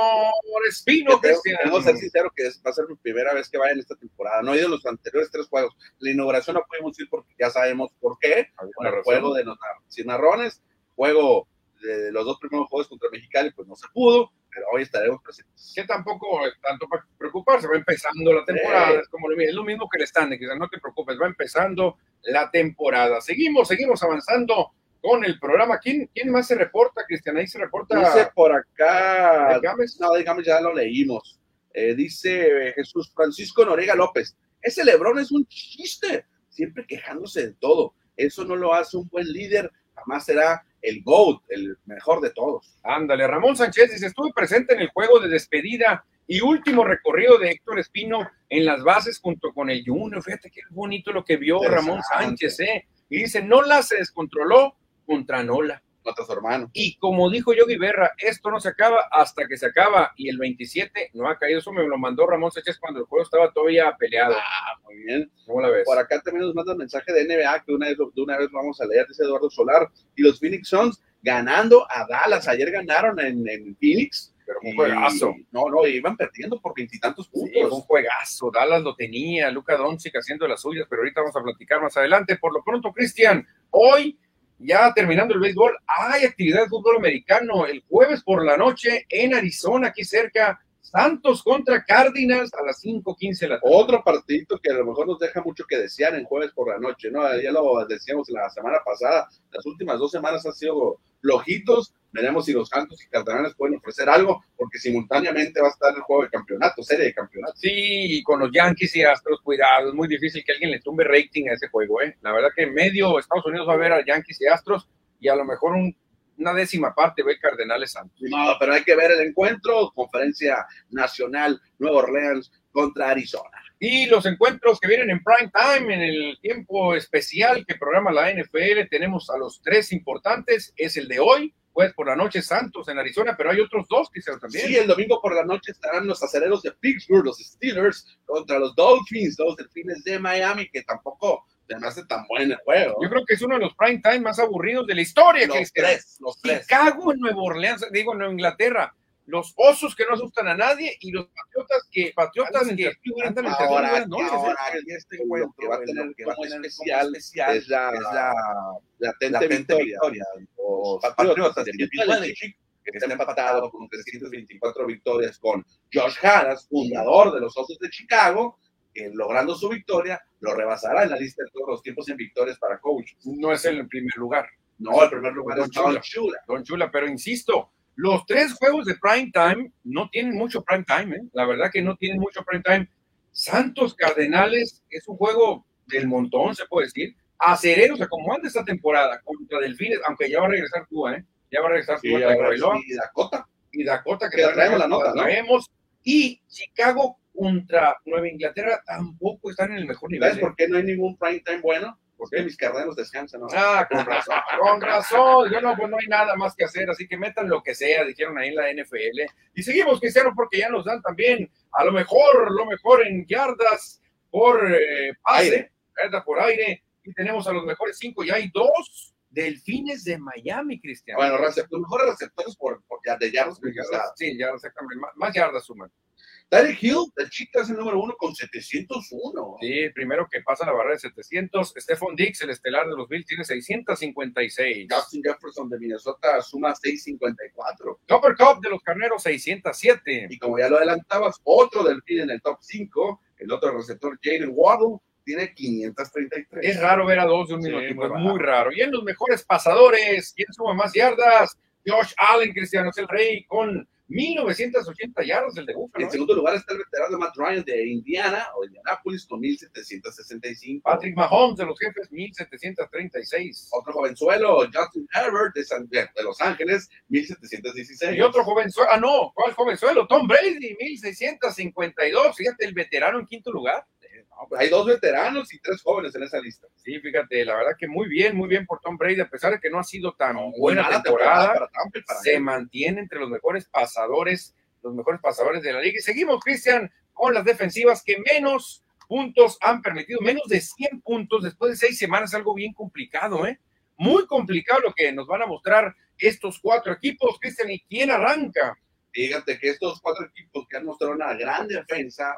Speaker 2: Espino,
Speaker 3: Yo creo-
Speaker 2: Cristian.
Speaker 3: Debo ser sincero que es- va a ser mi primera vez que vaya en esta temporada. No he ido a los anteriores tres juegos. La inauguración no pudimos ir porque ya sabemos por qué.
Speaker 2: Alguna
Speaker 3: Bueno, el
Speaker 2: razón.
Speaker 3: juego de los nar- cimarrones, juego de los dos primeros juegos contra Mexicali, pues no se pudo, pero hoy estaremos presentes.
Speaker 2: Que tampoco es tanto para preocuparse, va empezando la temporada,
Speaker 3: Sí.
Speaker 2: es, como lo, es lo mismo que el stand, quizás no te preocupes, va empezando la temporada. Seguimos, seguimos avanzando con el programa. ¿Quién, quién más se reporta, Cristian? Ahí se reporta
Speaker 3: Dice por acá,
Speaker 2: Mike Gámez.
Speaker 3: no, digamos, ya lo leímos. Eh, dice eh, Jesús Francisco Noriega López, ese Lebrón es un chiste, siempre quejándose de todo. Eso no lo hace un buen líder, jamás será el GOAT, el mejor de todos.
Speaker 2: Ándale, Ramón Sánchez dice, estuve presente en el juego de despedida y último recorrido de Héctor Espino en las bases junto con el Junior. Fíjate qué bonito lo que vio
Speaker 3: Interesante.
Speaker 2: Ramón Sánchez, ¿eh? Y dice, Nola se descontroló contra Nola.
Speaker 3: Contra su hermano.
Speaker 2: Y como dijo Yogi Berra, esto no se acaba hasta que se acaba y el 27 no ha caído. Eso me lo mandó Ramón Sánchez cuando el juego estaba todavía peleado.
Speaker 3: Ah, muy bien.
Speaker 2: ¿Cómo la ves?
Speaker 3: Por acá también nos mandan mensaje de NBA que una vez, de una vez vamos a leer, dice Eduardo Solar, y los Phoenix Suns ganando a Dallas. Ayer ganaron en, en Phoenix.
Speaker 2: Pero fue
Speaker 3: y-
Speaker 2: un juegazo.
Speaker 3: No, no, iban perdiendo por veintitantos
Speaker 2: Sí,
Speaker 3: puntos.
Speaker 2: fue un juegazo, Dallas lo tenía, Luca Doncic haciendo las suyas, pero ahorita vamos a platicar más adelante. Por lo pronto, Cristian, hoy, ya terminando el béisbol, hay actividad de fútbol americano el jueves por la noche en Arizona, aquí cerca, Santos contra Cárdenas a las 5:15 de la tarde.
Speaker 3: Otro partidito que a lo mejor nos deja mucho que desear en jueves por la noche, ¿no? Ya lo decíamos la semana pasada, las últimas dos semanas han sido flojitos, Veremos si los Santos y Cardenales pueden ofrecer algo, porque simultáneamente va a estar el juego de campeonato, serie de campeonato.
Speaker 2: Sí, y con los Yankees y Astros, cuidado, es muy difícil que alguien le tumbe rating a ese juego, ¿eh? La verdad que medio Estados Unidos va a ver a Yankees y Astros y a lo mejor un- una décima parte ve Cardenales Santos.
Speaker 3: No, pero hay que ver el encuentro, conferencia nacional, Nueva Orleans contra Arizona.
Speaker 2: Y los encuentros que vienen en prime time, en el tiempo especial que programa la NFL, tenemos a los tres importantes. Es el de hoy, pues por la noche Santos en Arizona, pero hay otros dos que se también.
Speaker 3: Sí, el domingo por la noche estarán los acereros de Pittsburgh, los Steelers, contra los Dolphins, los delfines de Miami, que tampoco se me hace tan buen el juego.
Speaker 2: Yo creo que es uno de los prime time más aburridos de la historia.
Speaker 3: Los
Speaker 2: Cristian.
Speaker 3: tres, los tres.
Speaker 2: Chicago en Nueva Orleans, digo, en Nueva Inglaterra. Los osos que no asustan a nadie y los patriotas que patriotas
Speaker 4: Andan
Speaker 2: que
Speaker 4: entre-
Speaker 2: andan entre-
Speaker 3: Ahora,
Speaker 2: buenas noches,
Speaker 3: ahora,
Speaker 2: ¿eh?
Speaker 3: que este
Speaker 4: Lo
Speaker 3: encuentro que va a tener,
Speaker 4: que va a
Speaker 3: como
Speaker 4: tener como
Speaker 3: especial,
Speaker 4: especial
Speaker 3: es la,
Speaker 4: es la
Speaker 3: latente,
Speaker 4: latente
Speaker 3: victoria.
Speaker 4: victoria.
Speaker 3: Los Patriotas
Speaker 4: Los Patriotas
Speaker 3: de
Speaker 4: de
Speaker 3: New
Speaker 4: New
Speaker 3: Orleans, que está empatado con 324 victorias con Josh Harris, fundador de los Osos de Chicago, que logrando su victoria, lo rebasará en la lista de todos los tiempos en victorias para coach.
Speaker 2: No es el primer lugar,
Speaker 3: No, el primer lugar es
Speaker 2: Don Shula.
Speaker 3: Don Shula.
Speaker 2: Don Chula, pero insisto, los tres juegos de prime time no tienen mucho prime time, ¿eh? la verdad que no tienen mucho prime time. Santos Cardenales es un juego del montón, se puede decir. Acereros, como anda esta temporada contra Delfines, aunque ya va a regresar Cuba, ¿eh? Ya va a regresar
Speaker 3: Sí,
Speaker 2: Cuba,
Speaker 3: ahora
Speaker 2: Tagovailoa.
Speaker 3: sí, Dakota.
Speaker 2: y Dakota que
Speaker 3: Que traemos la nota, ¿no?
Speaker 2: traemos y Chicago contra Nueva Inglaterra tampoco están en el mejor nivel.
Speaker 3: ¿Sabes
Speaker 2: ¿eh?
Speaker 3: por qué no hay ningún prime time bueno? Porque mis carneros descansan. ¿no?
Speaker 2: Ah, con razón, con razón. Yo no, pues no hay nada más que hacer, así que metan lo que sea, dijeron ahí en la NFL. Y seguimos, Cristiano, porque ya nos dan también a lo mejor, lo mejor en yardas por eh, pase,
Speaker 3: Aire.
Speaker 2: yardas por aire. Y tenemos a los mejores cinco, y hay dos delfines de Miami, Cristiano.
Speaker 3: Bueno, receptor, mejores receptores por, por ya, de yardas por
Speaker 2: yardas, sí, yardas, exactamente. Más, más yardas suman.
Speaker 3: Tyreek Hill, el chico es el número uno con 701.
Speaker 2: Sí, el primero que pasa la barrera de 700. Stephon Dix, el estelar de los Bills, tiene 656.
Speaker 3: Justin Jefferson de Minnesota suma 654.
Speaker 2: Copper Cup de los Carneros, 607.
Speaker 3: Y como ya lo adelantabas, otro delfín en el top 5, el otro receptor Jalen Waddle tiene 533.
Speaker 2: Es raro ver a dos de un
Speaker 4: Sí,
Speaker 2: minuto,
Speaker 4: muy
Speaker 2: es
Speaker 4: raro.
Speaker 2: muy raro. Y en los mejores pasadores, ¿quién suma más yardas? Josh Allen, Cristiano, es el rey con 1980 yardas, el de Buffalo.
Speaker 3: En
Speaker 2: ¿eh?
Speaker 3: segundo lugar está el veterano Matt Ryan de Indiana o Indianapolis con 1765.
Speaker 2: Patrick Mahomes de los Jefes, 1736.
Speaker 3: Otro jovenzuelo, Justin Herbert de, San- de de Los Ángeles, 1716.
Speaker 2: Y otro jovenzuelo, ah, no, ¿cuál jovenzuelo? Tom Brady, 1652. Fíjate, el veterano en quinto lugar.
Speaker 3: No, pues hay dos veteranos y tres jóvenes en esa lista.
Speaker 2: Sí, fíjate, la verdad que muy bien, muy bien por Tom Brady, a pesar de que no ha sido tan
Speaker 3: Muy
Speaker 2: buena
Speaker 3: mala
Speaker 2: temporada,
Speaker 3: para Tampa y para
Speaker 2: se mantiene entre los mejores pasadores, los mejores pasadores de la liga. Y seguimos, Cristian, con las defensivas que menos puntos han permitido, menos de 100 puntos después de seis semanas, algo bien complicado, ¿eh? Muy complicado lo que nos van a mostrar estos cuatro equipos, Cristian, ¿y quién arranca?
Speaker 3: Fíjate que estos cuatro equipos que han mostrado una gran defensa,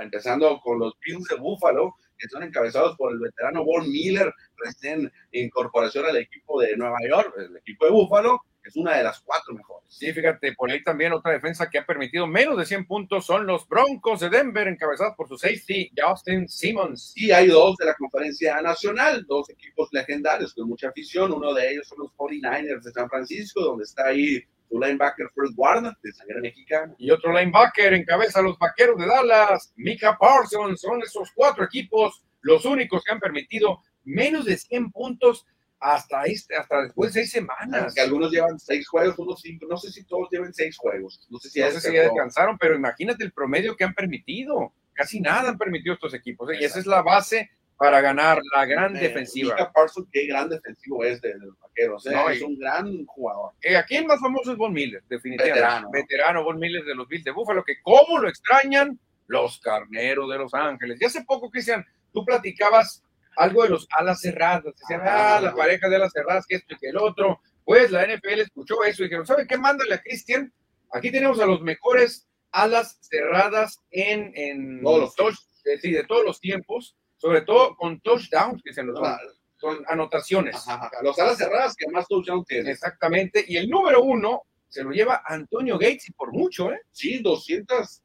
Speaker 3: empezando con los Bills de Buffalo, que son encabezados por el veterano Von Miller, recién incorporación al equipo de Nueva York, el equipo de Buffalo, que es una de las cuatro mejores.
Speaker 2: Sí, fíjate, por ahí también otra defensa que ha permitido menos de 100 puntos son los Broncos de Denver, encabezados por su safety, Justin Simmons.
Speaker 3: Y hay dos de la conferencia nacional, dos equipos legendarios con mucha afición. Uno de ellos son los 49ers de San Francisco, donde está ahí su linebacker First Guarda, de sangre mexicana.
Speaker 2: y otro linebacker encabeza a los vaqueros de Dallas, Mika Parsons. Son esos cuatro equipos los únicos que han permitido menos de 100 puntos hasta, este, hasta después de seis semanas.
Speaker 3: Que algunos llevan seis juegos, unos cinco, no sé si todos lleven seis juegos. No sé si
Speaker 2: No
Speaker 3: ya
Speaker 2: sé si ya
Speaker 3: descansó.
Speaker 2: descansaron, pero imagínate el promedio que han permitido. Casi nada han permitido estos equipos. ¿eh? Y esa es la base para ganar la gran
Speaker 3: Eh,
Speaker 2: defensiva.
Speaker 3: Micah Parsons, qué gran defensivo es de, de los vaqueros. eh,
Speaker 2: No, y-
Speaker 3: es un gran jugador.
Speaker 2: Eh, aquí el más famoso es Von Miller, definitivamente.
Speaker 3: Veterano,
Speaker 2: Veterano.
Speaker 3: ¿no?
Speaker 2: Von Miller de los Bills de Búfalo, que cómo lo extrañan los carneros de Los Ángeles. Y hace poco, Cristian, tú platicabas algo de los alas cerradas. Decían,
Speaker 3: Ah.
Speaker 2: ah, la pareja de alas cerradas, que esto y que el otro. Pues la NFL escuchó eso y dijeron, ¿saben qué? Mándale a Cristian. Aquí tenemos a los mejores alas cerradas en, en
Speaker 3: Todos los
Speaker 2: touch- eh, sí, de todos los tiempos, sobre todo con touchdowns, que se nos
Speaker 3: Ajá,
Speaker 2: van, con anotaciones.
Speaker 3: ajá. Los alas cerradas que más touchdown tiene.
Speaker 2: Exactamente. Y el número uno se lo lleva Antonio Gates y por mucho, ¿eh?
Speaker 3: Sí, 200.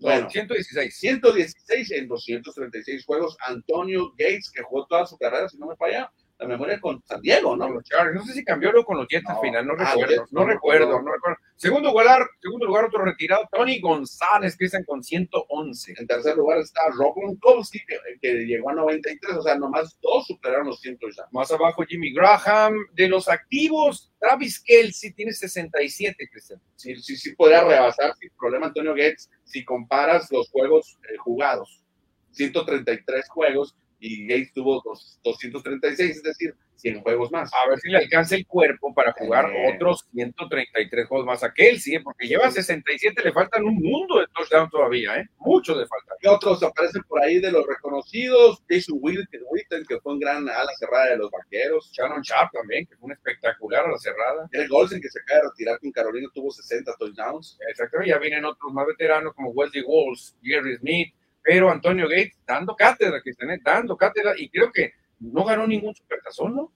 Speaker 3: Bueno,
Speaker 2: 116.
Speaker 3: 116 en 236 juegos. Antonio Gates, que jugó toda su carrera, si no me falla, la memoria con San Diego, ¿no?
Speaker 2: Con los Chargers. No sé si cambió luego con los Jets al
Speaker 3: No.
Speaker 2: final, no
Speaker 3: Ah,
Speaker 2: recuerdo,
Speaker 3: Jets,
Speaker 2: no,
Speaker 3: no
Speaker 2: recuerdo,
Speaker 3: recuerdo.
Speaker 2: no recuerdo. Segundo lugar, segundo lugar otro retirado, Tony González, que están con 111.
Speaker 3: En tercer lugar está Rob Gronkowski, que, que llegó a 93, o sea, nomás dos superaron los 100 y algo.
Speaker 2: Más abajo Jimmy Graham. De los activos, Travis Kelsey tiene 67, Cristian.
Speaker 3: Sí, sí, sí podría rebasar sin problema Antonio Gates si comparas los juegos eh, jugados. 133 juegos y Gates tuvo dos- 236, es decir, 100 juegos más.
Speaker 2: A ver si le alcanza el cuerpo para jugar
Speaker 3: Eh.
Speaker 2: otros 133 juegos más a Kelsey, ¿eh? porque lleva 67, le faltan un mundo de touchdown todavía, ¿eh? Muchos le faltan.
Speaker 3: ¿Qué otros aparecen por ahí de los reconocidos? Jason Witten, Witten, que fue un gran ala cerrada de los vaqueros.
Speaker 2: Shannon Sharp también, que fue un espectacular a la cerrada.
Speaker 3: El Golsen, que se acaba de retirar con Carolina, tuvo 60 touchdowns.
Speaker 2: Exactamente, ya vienen otros más veteranos como Wesley Walls, Jerry Smith, pero Antonio Gates dando cátedra, que están dando cátedra, y creo que no ganó ningún supertazón, ¿no?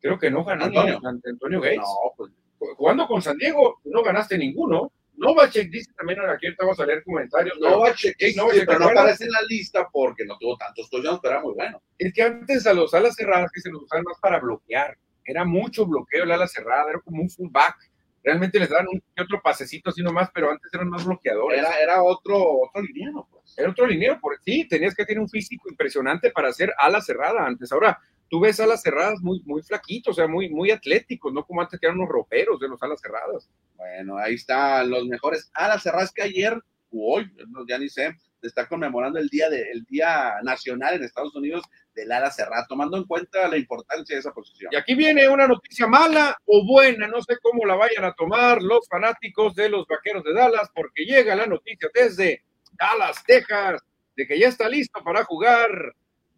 Speaker 2: Creo que no ganó
Speaker 3: Antonio.
Speaker 2: ningún- ante Antonio Gates.
Speaker 3: No, pues
Speaker 2: Jugando con San Diego, no ganaste ninguno. Novacek dice también, aquí ahorita vamos a leer comentarios. pero
Speaker 3: Novacek,
Speaker 2: Jake
Speaker 3: sí,
Speaker 2: Novacek, ¿te
Speaker 3: pero no
Speaker 2: acuerdas?
Speaker 3: aparece en la lista porque no tuvo tantos touchdowns, pero era muy bueno.
Speaker 2: Es que antes a los alas cerradas que se los usaban más para bloquear. Era mucho bloqueo el ala cerrada, era como un fullback. Realmente les daban un que otro pasecito así nomás, pero antes eran más bloqueadores.
Speaker 3: Era, era otro, otro liniano, pues.
Speaker 2: Era otro liniero, por sí, tenías que tener un físico impresionante para hacer ala cerrada antes. Ahora, tú ves alas cerradas muy, muy flaquitos, o sea, muy, muy atléticos, no como antes que eran unos roperos de los alas cerradas.
Speaker 3: Bueno, ahí están los mejores. Ah, la cerrasca ayer, u hoy, no, ya ni sé, se está conmemorando el día, de, el día nacional en Estados Unidos del ala cerrada, tomando en cuenta la importancia de esa posición.
Speaker 2: Y aquí viene una noticia mala o buena, no sé cómo la vayan a tomar los fanáticos de los Vaqueros de Dallas, porque llega la noticia desde Dallas, Texas, de que ya está listo para jugar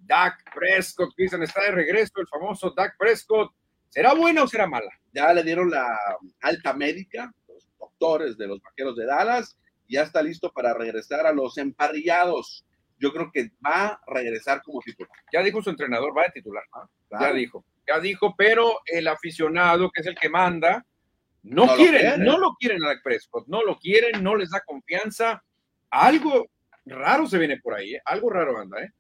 Speaker 2: Dak Prescott. Dicen, está de regreso el famoso Dak Prescott. ¿Será buena o será mala?
Speaker 3: Ya le dieron la alta médica, los doctores de los vaqueros de Dallas, y ya está listo para regresar a los emparrillados. Yo creo que va a regresar como titular.
Speaker 2: Ya dijo su entrenador, va de titular. Ya
Speaker 3: ¿verdad?
Speaker 2: dijo, ya dijo, pero el aficionado, que es el que manda, no,
Speaker 3: No lo
Speaker 2: quieren,
Speaker 3: quiere.
Speaker 2: no lo quieren a Dak Prescott, no lo quieren, no les da confianza. Algo raro se viene por ahí, ¿eh? algo raro anda, ¿eh?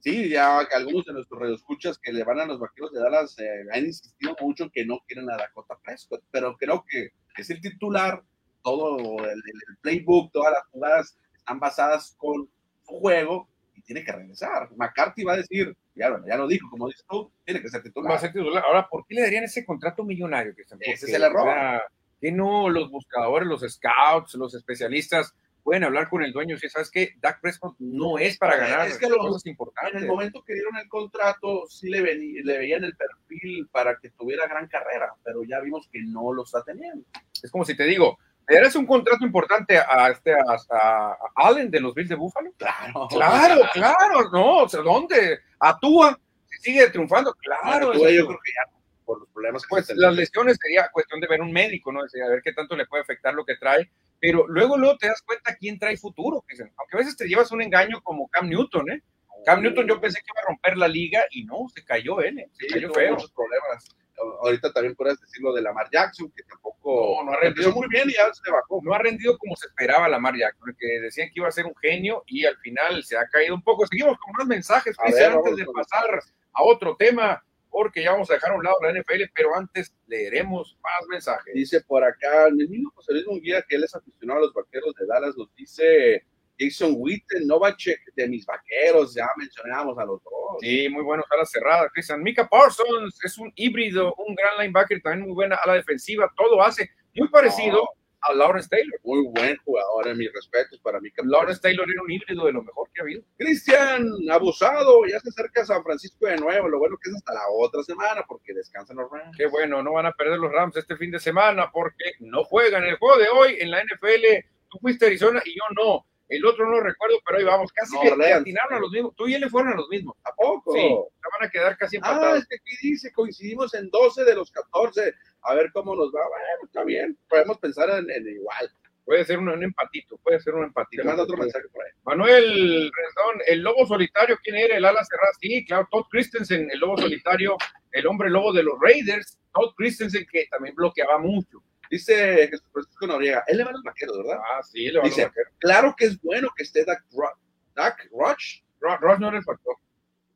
Speaker 3: Sí, ya que algunos de nuestros radioescuchas que le van a los vaqueros de Dallas eh, han insistido mucho que no quieren a Dakota Prescott, pero creo que es el titular, todo el, el playbook, todas las jugadas están basadas con su juego y tiene que regresar. McCarthy va a decir, ya, bueno, ya lo dijo, como dices tú, tiene que ser
Speaker 2: Va a
Speaker 3: titular.
Speaker 2: ser titular. Ahora, ¿por qué le darían ese contrato millonario? Cristian?
Speaker 3: Ese
Speaker 2: Porque,
Speaker 3: es el error.
Speaker 2: o sea, que no los buscadores, los scouts, los especialistas pueden hablar con el dueño si sabes que Dak Prescott no es para
Speaker 3: Es
Speaker 2: ganar
Speaker 3: que lo-
Speaker 2: cosas
Speaker 3: Ah, En
Speaker 2: importantes.
Speaker 3: el momento que dieron el contrato, sí le, veni- le veían el perfil para que tuviera gran carrera, pero ya vimos que no lo está teniendo.
Speaker 2: Es como si te digo, ¿le darás un contrato importante a, este, a, a- a Allen de los Bills de Buffalo?
Speaker 3: Oh, Claro,
Speaker 2: Claro, claro, no, o sea, ¿dónde? Atúa, si sigue triunfando, claro.
Speaker 3: Tú,
Speaker 2: es-
Speaker 3: yo creo que ya por los problemas que
Speaker 2: pues
Speaker 3: se-
Speaker 2: las lesiones sería cuestión de ver un médico, ¿no? Decir, a ver qué tanto le puede afectar lo que trae, pero luego luego te das cuenta quién trae futuro, que se- aunque a veces te llevas un engaño como Cam Newton, ¿eh? Cam Newton yo pensé que iba a romper la liga y no, se cayó él, ¿eh? se
Speaker 3: Sí,
Speaker 2: cayó
Speaker 3: tuvo
Speaker 2: feo.
Speaker 3: muchos problemas. A- Ahorita también podrías decir lo de Lamar Jackson, que tampoco
Speaker 2: No, no ha rendido.
Speaker 3: empezó muy bien y ya se bajó.
Speaker 2: No ha rendido como se esperaba la Jackson, porque decían que iba a ser un genio y al final se ha caído un poco. Seguimos con más mensajes,
Speaker 3: A
Speaker 2: Cristian,
Speaker 3: ver,
Speaker 2: antes
Speaker 3: vamos
Speaker 2: de
Speaker 3: con-
Speaker 2: pasar a otro tema, porque ya vamos a dejar a un lado la NFL, pero antes leeremos más mensajes.
Speaker 3: Dice por acá, el mismo José Luis Munguía, que él es aficionado a los vaqueros de Dallas, nos dice Jason Witten, Novacek de mis vaqueros, ya mencionábamos a los dos.
Speaker 2: Sí, muy buenos alas cerradas, Cristian. Mika Parsons es un híbrido, un gran linebacker, también muy buena a la defensiva, todo hace muy parecido
Speaker 3: No,
Speaker 2: a Lawrence Taylor.
Speaker 3: muy buen jugador, en mis respetos para mí. que-
Speaker 2: Lawrence Taylor era un híbrido de lo mejor que ha habido.
Speaker 3: Cristian, abusado, ya se acerca San Francisco de nuevo. Lo bueno que es hasta la otra semana, porque descansan los Rams.
Speaker 2: Qué bueno, no van a perder los Rams este fin de semana porque no juegan. El juego de hoy en la NFL, tú fuiste a Arizona y yo no. El otro no lo recuerdo, pero ahí vamos. Casi
Speaker 3: No,
Speaker 2: que
Speaker 3: Orleans.
Speaker 2: atinaron a los mismos. Tú y él le fueron a los mismos.
Speaker 3: ¿A poco?
Speaker 2: Sí, se van a quedar casi
Speaker 3: Oh. Ah,
Speaker 2: empatados.
Speaker 3: es que aquí dice, coincidimos en 12 de los 14. A ver cómo nos va. Bueno, está bien. Podemos pensar en, en igual.
Speaker 2: Puede ser un, un empatito, puede ser un
Speaker 3: Te
Speaker 2: empatito.
Speaker 3: manda otro mensaje por ahí.
Speaker 2: Manuel Rendón, el lobo solitario, ¿quién era? El ala cerrada, sí, claro, Todd Christensen, el lobo solitario, el hombre lobo de los Raiders, Todd Christensen, que también bloqueaba mucho.
Speaker 3: Dice Jesús Francisco Noriega. Él le va a los vaqueros, ¿verdad?
Speaker 2: Ah, sí, le va a
Speaker 3: Dice-
Speaker 2: bloquear.
Speaker 3: Claro que es bueno que esté Dak, Ro- Dak Roch.
Speaker 2: Ro- Ross no era el factor.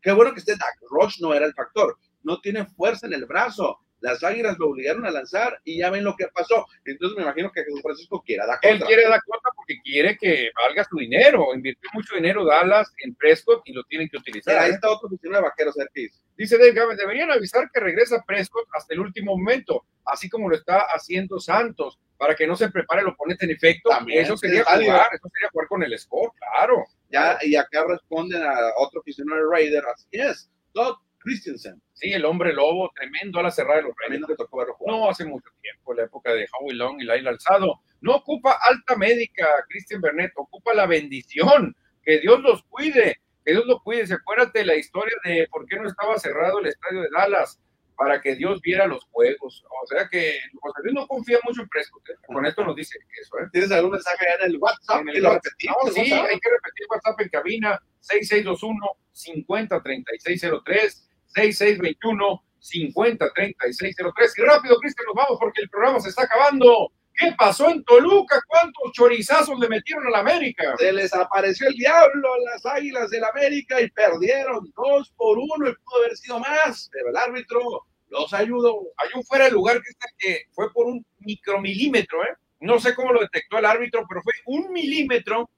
Speaker 3: Qué bueno que esté Dak Roch, no era el factor. no tiene fuerza en el brazo. Las águilas lo obligaron a lanzar y ya ven lo que pasó. Entonces me imagino que Jesús Francisco quiera dar
Speaker 2: Él quiere dar cuenta porque quiere que valga su dinero. Invirtió mucho dinero Dallas en Prescott y lo tienen que utilizar.
Speaker 3: Ahí está otro oficina de vaqueros, Ortiz.
Speaker 2: Dice Dave Gavin, deberían avisar que regresa Prescott hasta el último momento, así como lo está haciendo Santos, para que no se prepare el oponente en efecto.
Speaker 3: También,
Speaker 2: eso sería
Speaker 3: es válido.
Speaker 2: jugar, eso sería jugar con el score, claro.
Speaker 3: Ya, y acá responden a otro aficionado de Raider, así es, Doug Christensen.
Speaker 2: Sí, el hombre lobo, tremendo a la cerrada de los
Speaker 3: A mí
Speaker 2: Reyes.
Speaker 3: no me tocó verlo jugar.
Speaker 2: No hace mucho tiempo, la época de Howie Long y Laila Alzado. No ocupa alta médica, Christian Bernet, ocupa la bendición. Que Dios los cuide, que Dios los cuide. Se acuérdate la historia de por qué no estaba cerrado el estadio de Dallas para que Dios viera los juegos. O sea que José Luis no confía mucho en Prescott. ¿eh? Con esto nos dice eso, ¿eh?
Speaker 3: ¿Tienes algún mensaje allá en el WhatsApp?
Speaker 2: En el
Speaker 3: Que lo
Speaker 2: WhatsApp.
Speaker 3: repetimos.
Speaker 2: No, sí,
Speaker 3: WhatsApp.
Speaker 2: hay que repetir WhatsApp en cabina 6621-503603, 6621-503603. Y rápido, Cristian, nos vamos porque el programa se está acabando. ¿Qué pasó en Toluca? ¿Cuántos chorizazos le metieron a la América?
Speaker 3: Se les apareció el diablo a las Águilas del América y perdieron dos por uno y pudo haber sido más, pero el árbitro los ayudó.
Speaker 2: Hay un fuera de lugar, Cristian, que fue por un micromilímetro, ¿eh? No sé cómo lo detectó el árbitro, pero fue un milímetro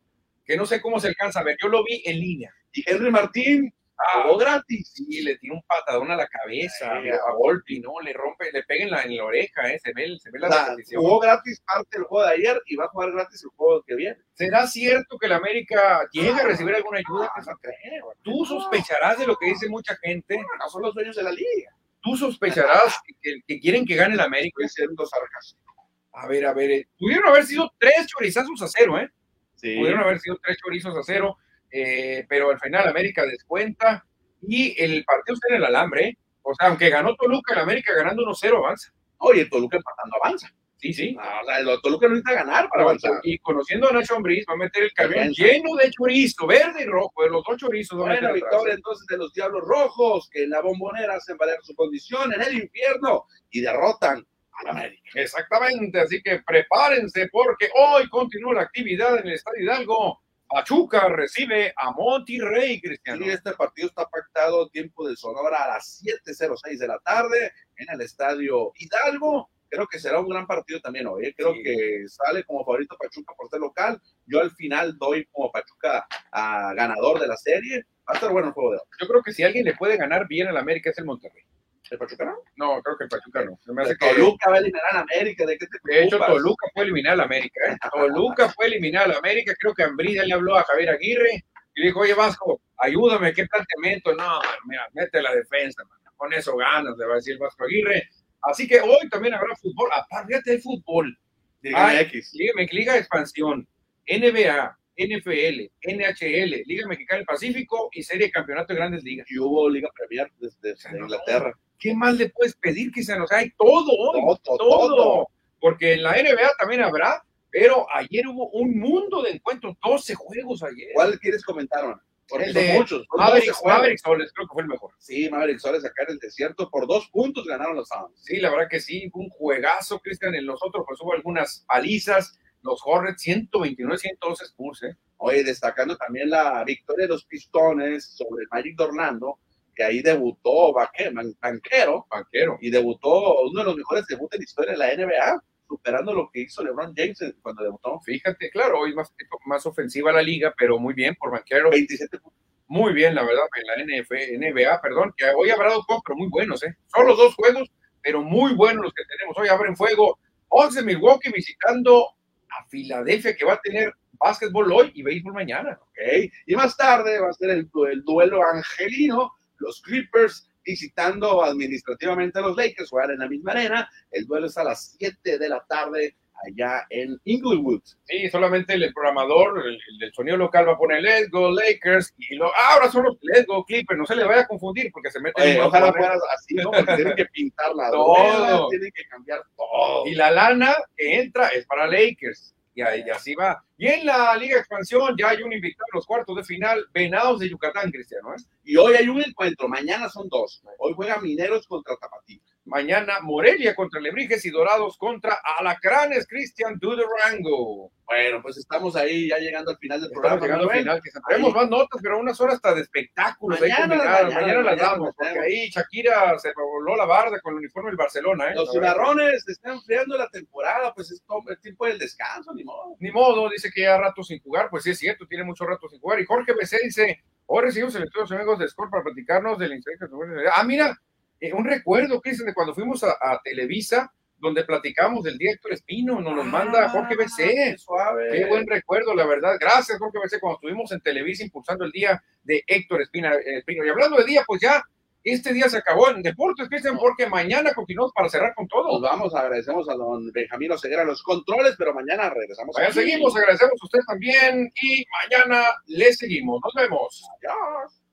Speaker 2: que no sé cómo se alcanza a ver. Yo lo vi en línea.
Speaker 3: Y Henry Martín
Speaker 2: Ah,
Speaker 3: jugó gratis.
Speaker 2: Sí, le tira un patadón a la cabeza,
Speaker 3: Ay,
Speaker 2: a Volpi, ¿no? Le rompe, le pega en la, en la oreja, ¿eh? Se ve, el- se ve la
Speaker 3: O sea,
Speaker 2: repetición.
Speaker 3: jugó gratis parte del juego de ayer y va a jugar gratis el juego que viene.
Speaker 2: ¿Será cierto que la América llega a recibir alguna ayuda?
Speaker 3: Ah, No creo.
Speaker 2: Tú sospecharás de lo que dice mucha gente,
Speaker 3: No son los dueños de la liga.
Speaker 2: tú sospecharás que, que- que quieren que gane la América.
Speaker 3: Estoy siendo sarcástico.
Speaker 2: A ver, a ver, eh, pudieron haber sido tres chorizazos a cero, ¿eh?
Speaker 3: Sí.
Speaker 2: Pudieron haber sido tres chorizos a cero, eh, pero al final América descuenta y el partido está en el alambre, ¿eh? O sea, aunque ganó Toluca, la América ganando 1-0 avanza.
Speaker 3: Oye, el Toluca empatando avanza.
Speaker 2: Sí, sí.
Speaker 3: No, o sea, el Toluca no necesita ganar para
Speaker 2: No,
Speaker 3: avanzar.
Speaker 2: Y conociendo a Nacho Ambriz, va a meter el camión
Speaker 3: Defensa.
Speaker 2: lleno de chorizo, verde y rojo, de los dos chorizos. va a meter
Speaker 3: Buena
Speaker 2: atrás.
Speaker 3: victoria entonces de los Diablos Rojos, que en la bombonera hacen valer su condición en el infierno y derrotan al América.
Speaker 2: Exactamente, así que prepárense porque hoy continúa la actividad en el Estadio Hidalgo. Pachuca recibe a Monterrey, Cristiano.
Speaker 3: Y este partido está pactado tiempo de Sonora a las 7.06 de la tarde en el Estadio Hidalgo. Creo que será un gran partido también hoy. ¿eh? Creo
Speaker 2: Sí.
Speaker 3: que sale como favorito Pachuca por ser local. Yo al final doy como Pachuca a ganador de la serie. Va a estar bueno el juego de hoy.
Speaker 2: Yo creo que si alguien le puede ganar bien al América es el Monterrey.
Speaker 3: ¿El Pachuca no?
Speaker 2: No, creo que el Pachuca no. Se me hace
Speaker 3: El
Speaker 2: que-
Speaker 3: Toluca va a eliminar a América. ¿De qué te
Speaker 2: De hecho,
Speaker 3: preocupas?
Speaker 2: Toluca fue eliminar a la América. ¿eh? Toluca fue eliminar a la América. Creo que Ambrí ya le habló a Javier Aguirre y le dijo, oye Vasco, ayúdame, ¿qué planteamiento? No, mano, mira, mete la defensa, mano. con eso ganas, le va a decir el Vasco Aguirre. Así que hoy también habrá fútbol, aparte de fútbol,
Speaker 3: Dígame
Speaker 2: Ay.
Speaker 3: X.
Speaker 2: Liga, Liga de Expansión, NBA, NFL, NHL, Liga Mexicana del Pacífico y Serie de Campeonato de Grandes Ligas.
Speaker 3: Y hubo Liga Premier desde desde
Speaker 2: No.
Speaker 3: Inglaterra.
Speaker 2: ¿Qué más le puedes pedir que se nos hay todo hoy?
Speaker 3: todo,
Speaker 2: todo,
Speaker 3: todo.
Speaker 2: porque en la NBA también habrá, pero ayer hubo un mundo de encuentros, 12 juegos ayer.
Speaker 3: ¿Cuál quieres comentar, man? Porque
Speaker 2: El
Speaker 3: son
Speaker 2: de
Speaker 3: muchos. son 12
Speaker 2: Mavericks,
Speaker 3: juegos.
Speaker 2: Mavericks, Soles, creo que fue el mejor.
Speaker 3: Sí, Mavericks Soles acá en el desierto. Por dos puntos ganaron los Suns.
Speaker 2: Sí, la verdad que sí, fue un juegazo, Cristian, en los otros pues hubo algunas palizas, los Hornets 129, 112 Spurs, ¿eh?
Speaker 3: Oye, destacando también la victoria de los Pistones sobre el Magic de Orlando, que ahí debutó Baque- Man- Banquero
Speaker 2: banquero.
Speaker 3: y debutó uno de los mejores debuts de la historia de la NBA, superando lo que hizo LeBron James cuando debutó.
Speaker 2: Fíjate, claro, hoy más, más ofensiva la liga, pero muy bien por banquero.
Speaker 3: 27 puntos.
Speaker 2: Muy bien, la verdad, en la NF, NBA, perdón, que hoy habrá dos juegos, pero muy buenos, ¿eh? Solo dos juegos, pero muy buenos los que tenemos. Hoy abren fuego. Hawks de Milwaukee visitando a Filadelfia, que va a tener básquetbol hoy y béisbol mañana.
Speaker 3: ¿ok? Y más tarde va a ser el, du- el duelo angelino, los Clippers visitando administrativamente a los Lakers, jugar en la misma arena. El duelo es a las 7 de la tarde allá en Inglewood.
Speaker 2: Sí, solamente el programador, el, el del sonido local, va a poner Let's Go Lakers y lo, ah, ahora solo Let's Go Clippers. No se le vaya a confundir porque se mete
Speaker 3: Oye,
Speaker 2: en un
Speaker 3: Eh, ojalá
Speaker 2: problema.
Speaker 3: fuera así, ¿no? Porque tienen que pintar la
Speaker 2: Todo.
Speaker 3: rueda, tienen que cambiar todo.
Speaker 2: Y la lana que entra es para Lakers. Y, ahí- y así va. Y en la Liga Expansión ya hay un invitado en los cuartos de final, Venados de Yucatán, Cristiano. ¿eh?
Speaker 3: Y hoy hay un encuentro, mañana son dos. Hoy juega Mineros contra Tapatío.
Speaker 2: Mañana Morelia contra Lebrijes y Dorados contra Alacranes, Cristian Durango.
Speaker 3: Bueno, pues estamos ahí ya llegando al final del
Speaker 2: Estamos
Speaker 3: programa.
Speaker 2: llegando al
Speaker 3: Manuel.
Speaker 2: final, que tenemos más notas, pero unas horas hasta de espectáculos. ahí
Speaker 3: Mañana,
Speaker 2: combinadas.
Speaker 3: mañana,
Speaker 2: mañana, las
Speaker 3: mañana
Speaker 2: damos,
Speaker 3: las
Speaker 2: porque
Speaker 3: damos.
Speaker 2: ahí Shakira se voló la barda con el uniforme del Barcelona. ¿eh?
Speaker 3: Los
Speaker 2: La verdad.
Speaker 3: cimarrones se están enfriando la temporada, pues es todo el tiempo del descanso, ni modo.
Speaker 2: Ni modo, dice que ya rato sin jugar, pues sí es cierto, tiene mucho rato sin jugar. Y Jorge BC dice, hoy recibimos el estudio de los amigos de Score para platicarnos del incidente. que tuvimos en el- Ah, mira, eh, un recuerdo, Cristian, de cuando fuimos a, a Televisa, donde platicamos del día Héctor Espino, nos lo
Speaker 3: Ah.
Speaker 2: manda Jorge BC.
Speaker 3: Qué suave.
Speaker 2: Qué buen recuerdo, la verdad. Gracias, Jorge BC, cuando estuvimos en Televisa impulsando el día de Héctor Espina, eh, Espino. Y hablando de día, pues ya este día se acabó en deportes, Cristian, porque mañana continuamos para cerrar con
Speaker 3: Nos
Speaker 2: todo.
Speaker 3: vamos, agradecemos a don Benjamín Oseguera los controles, pero mañana regresamos.
Speaker 2: Mañana
Speaker 3: aquí.
Speaker 2: seguimos, agradecemos a usted también y mañana le seguimos. Nos vemos.
Speaker 3: Adiós.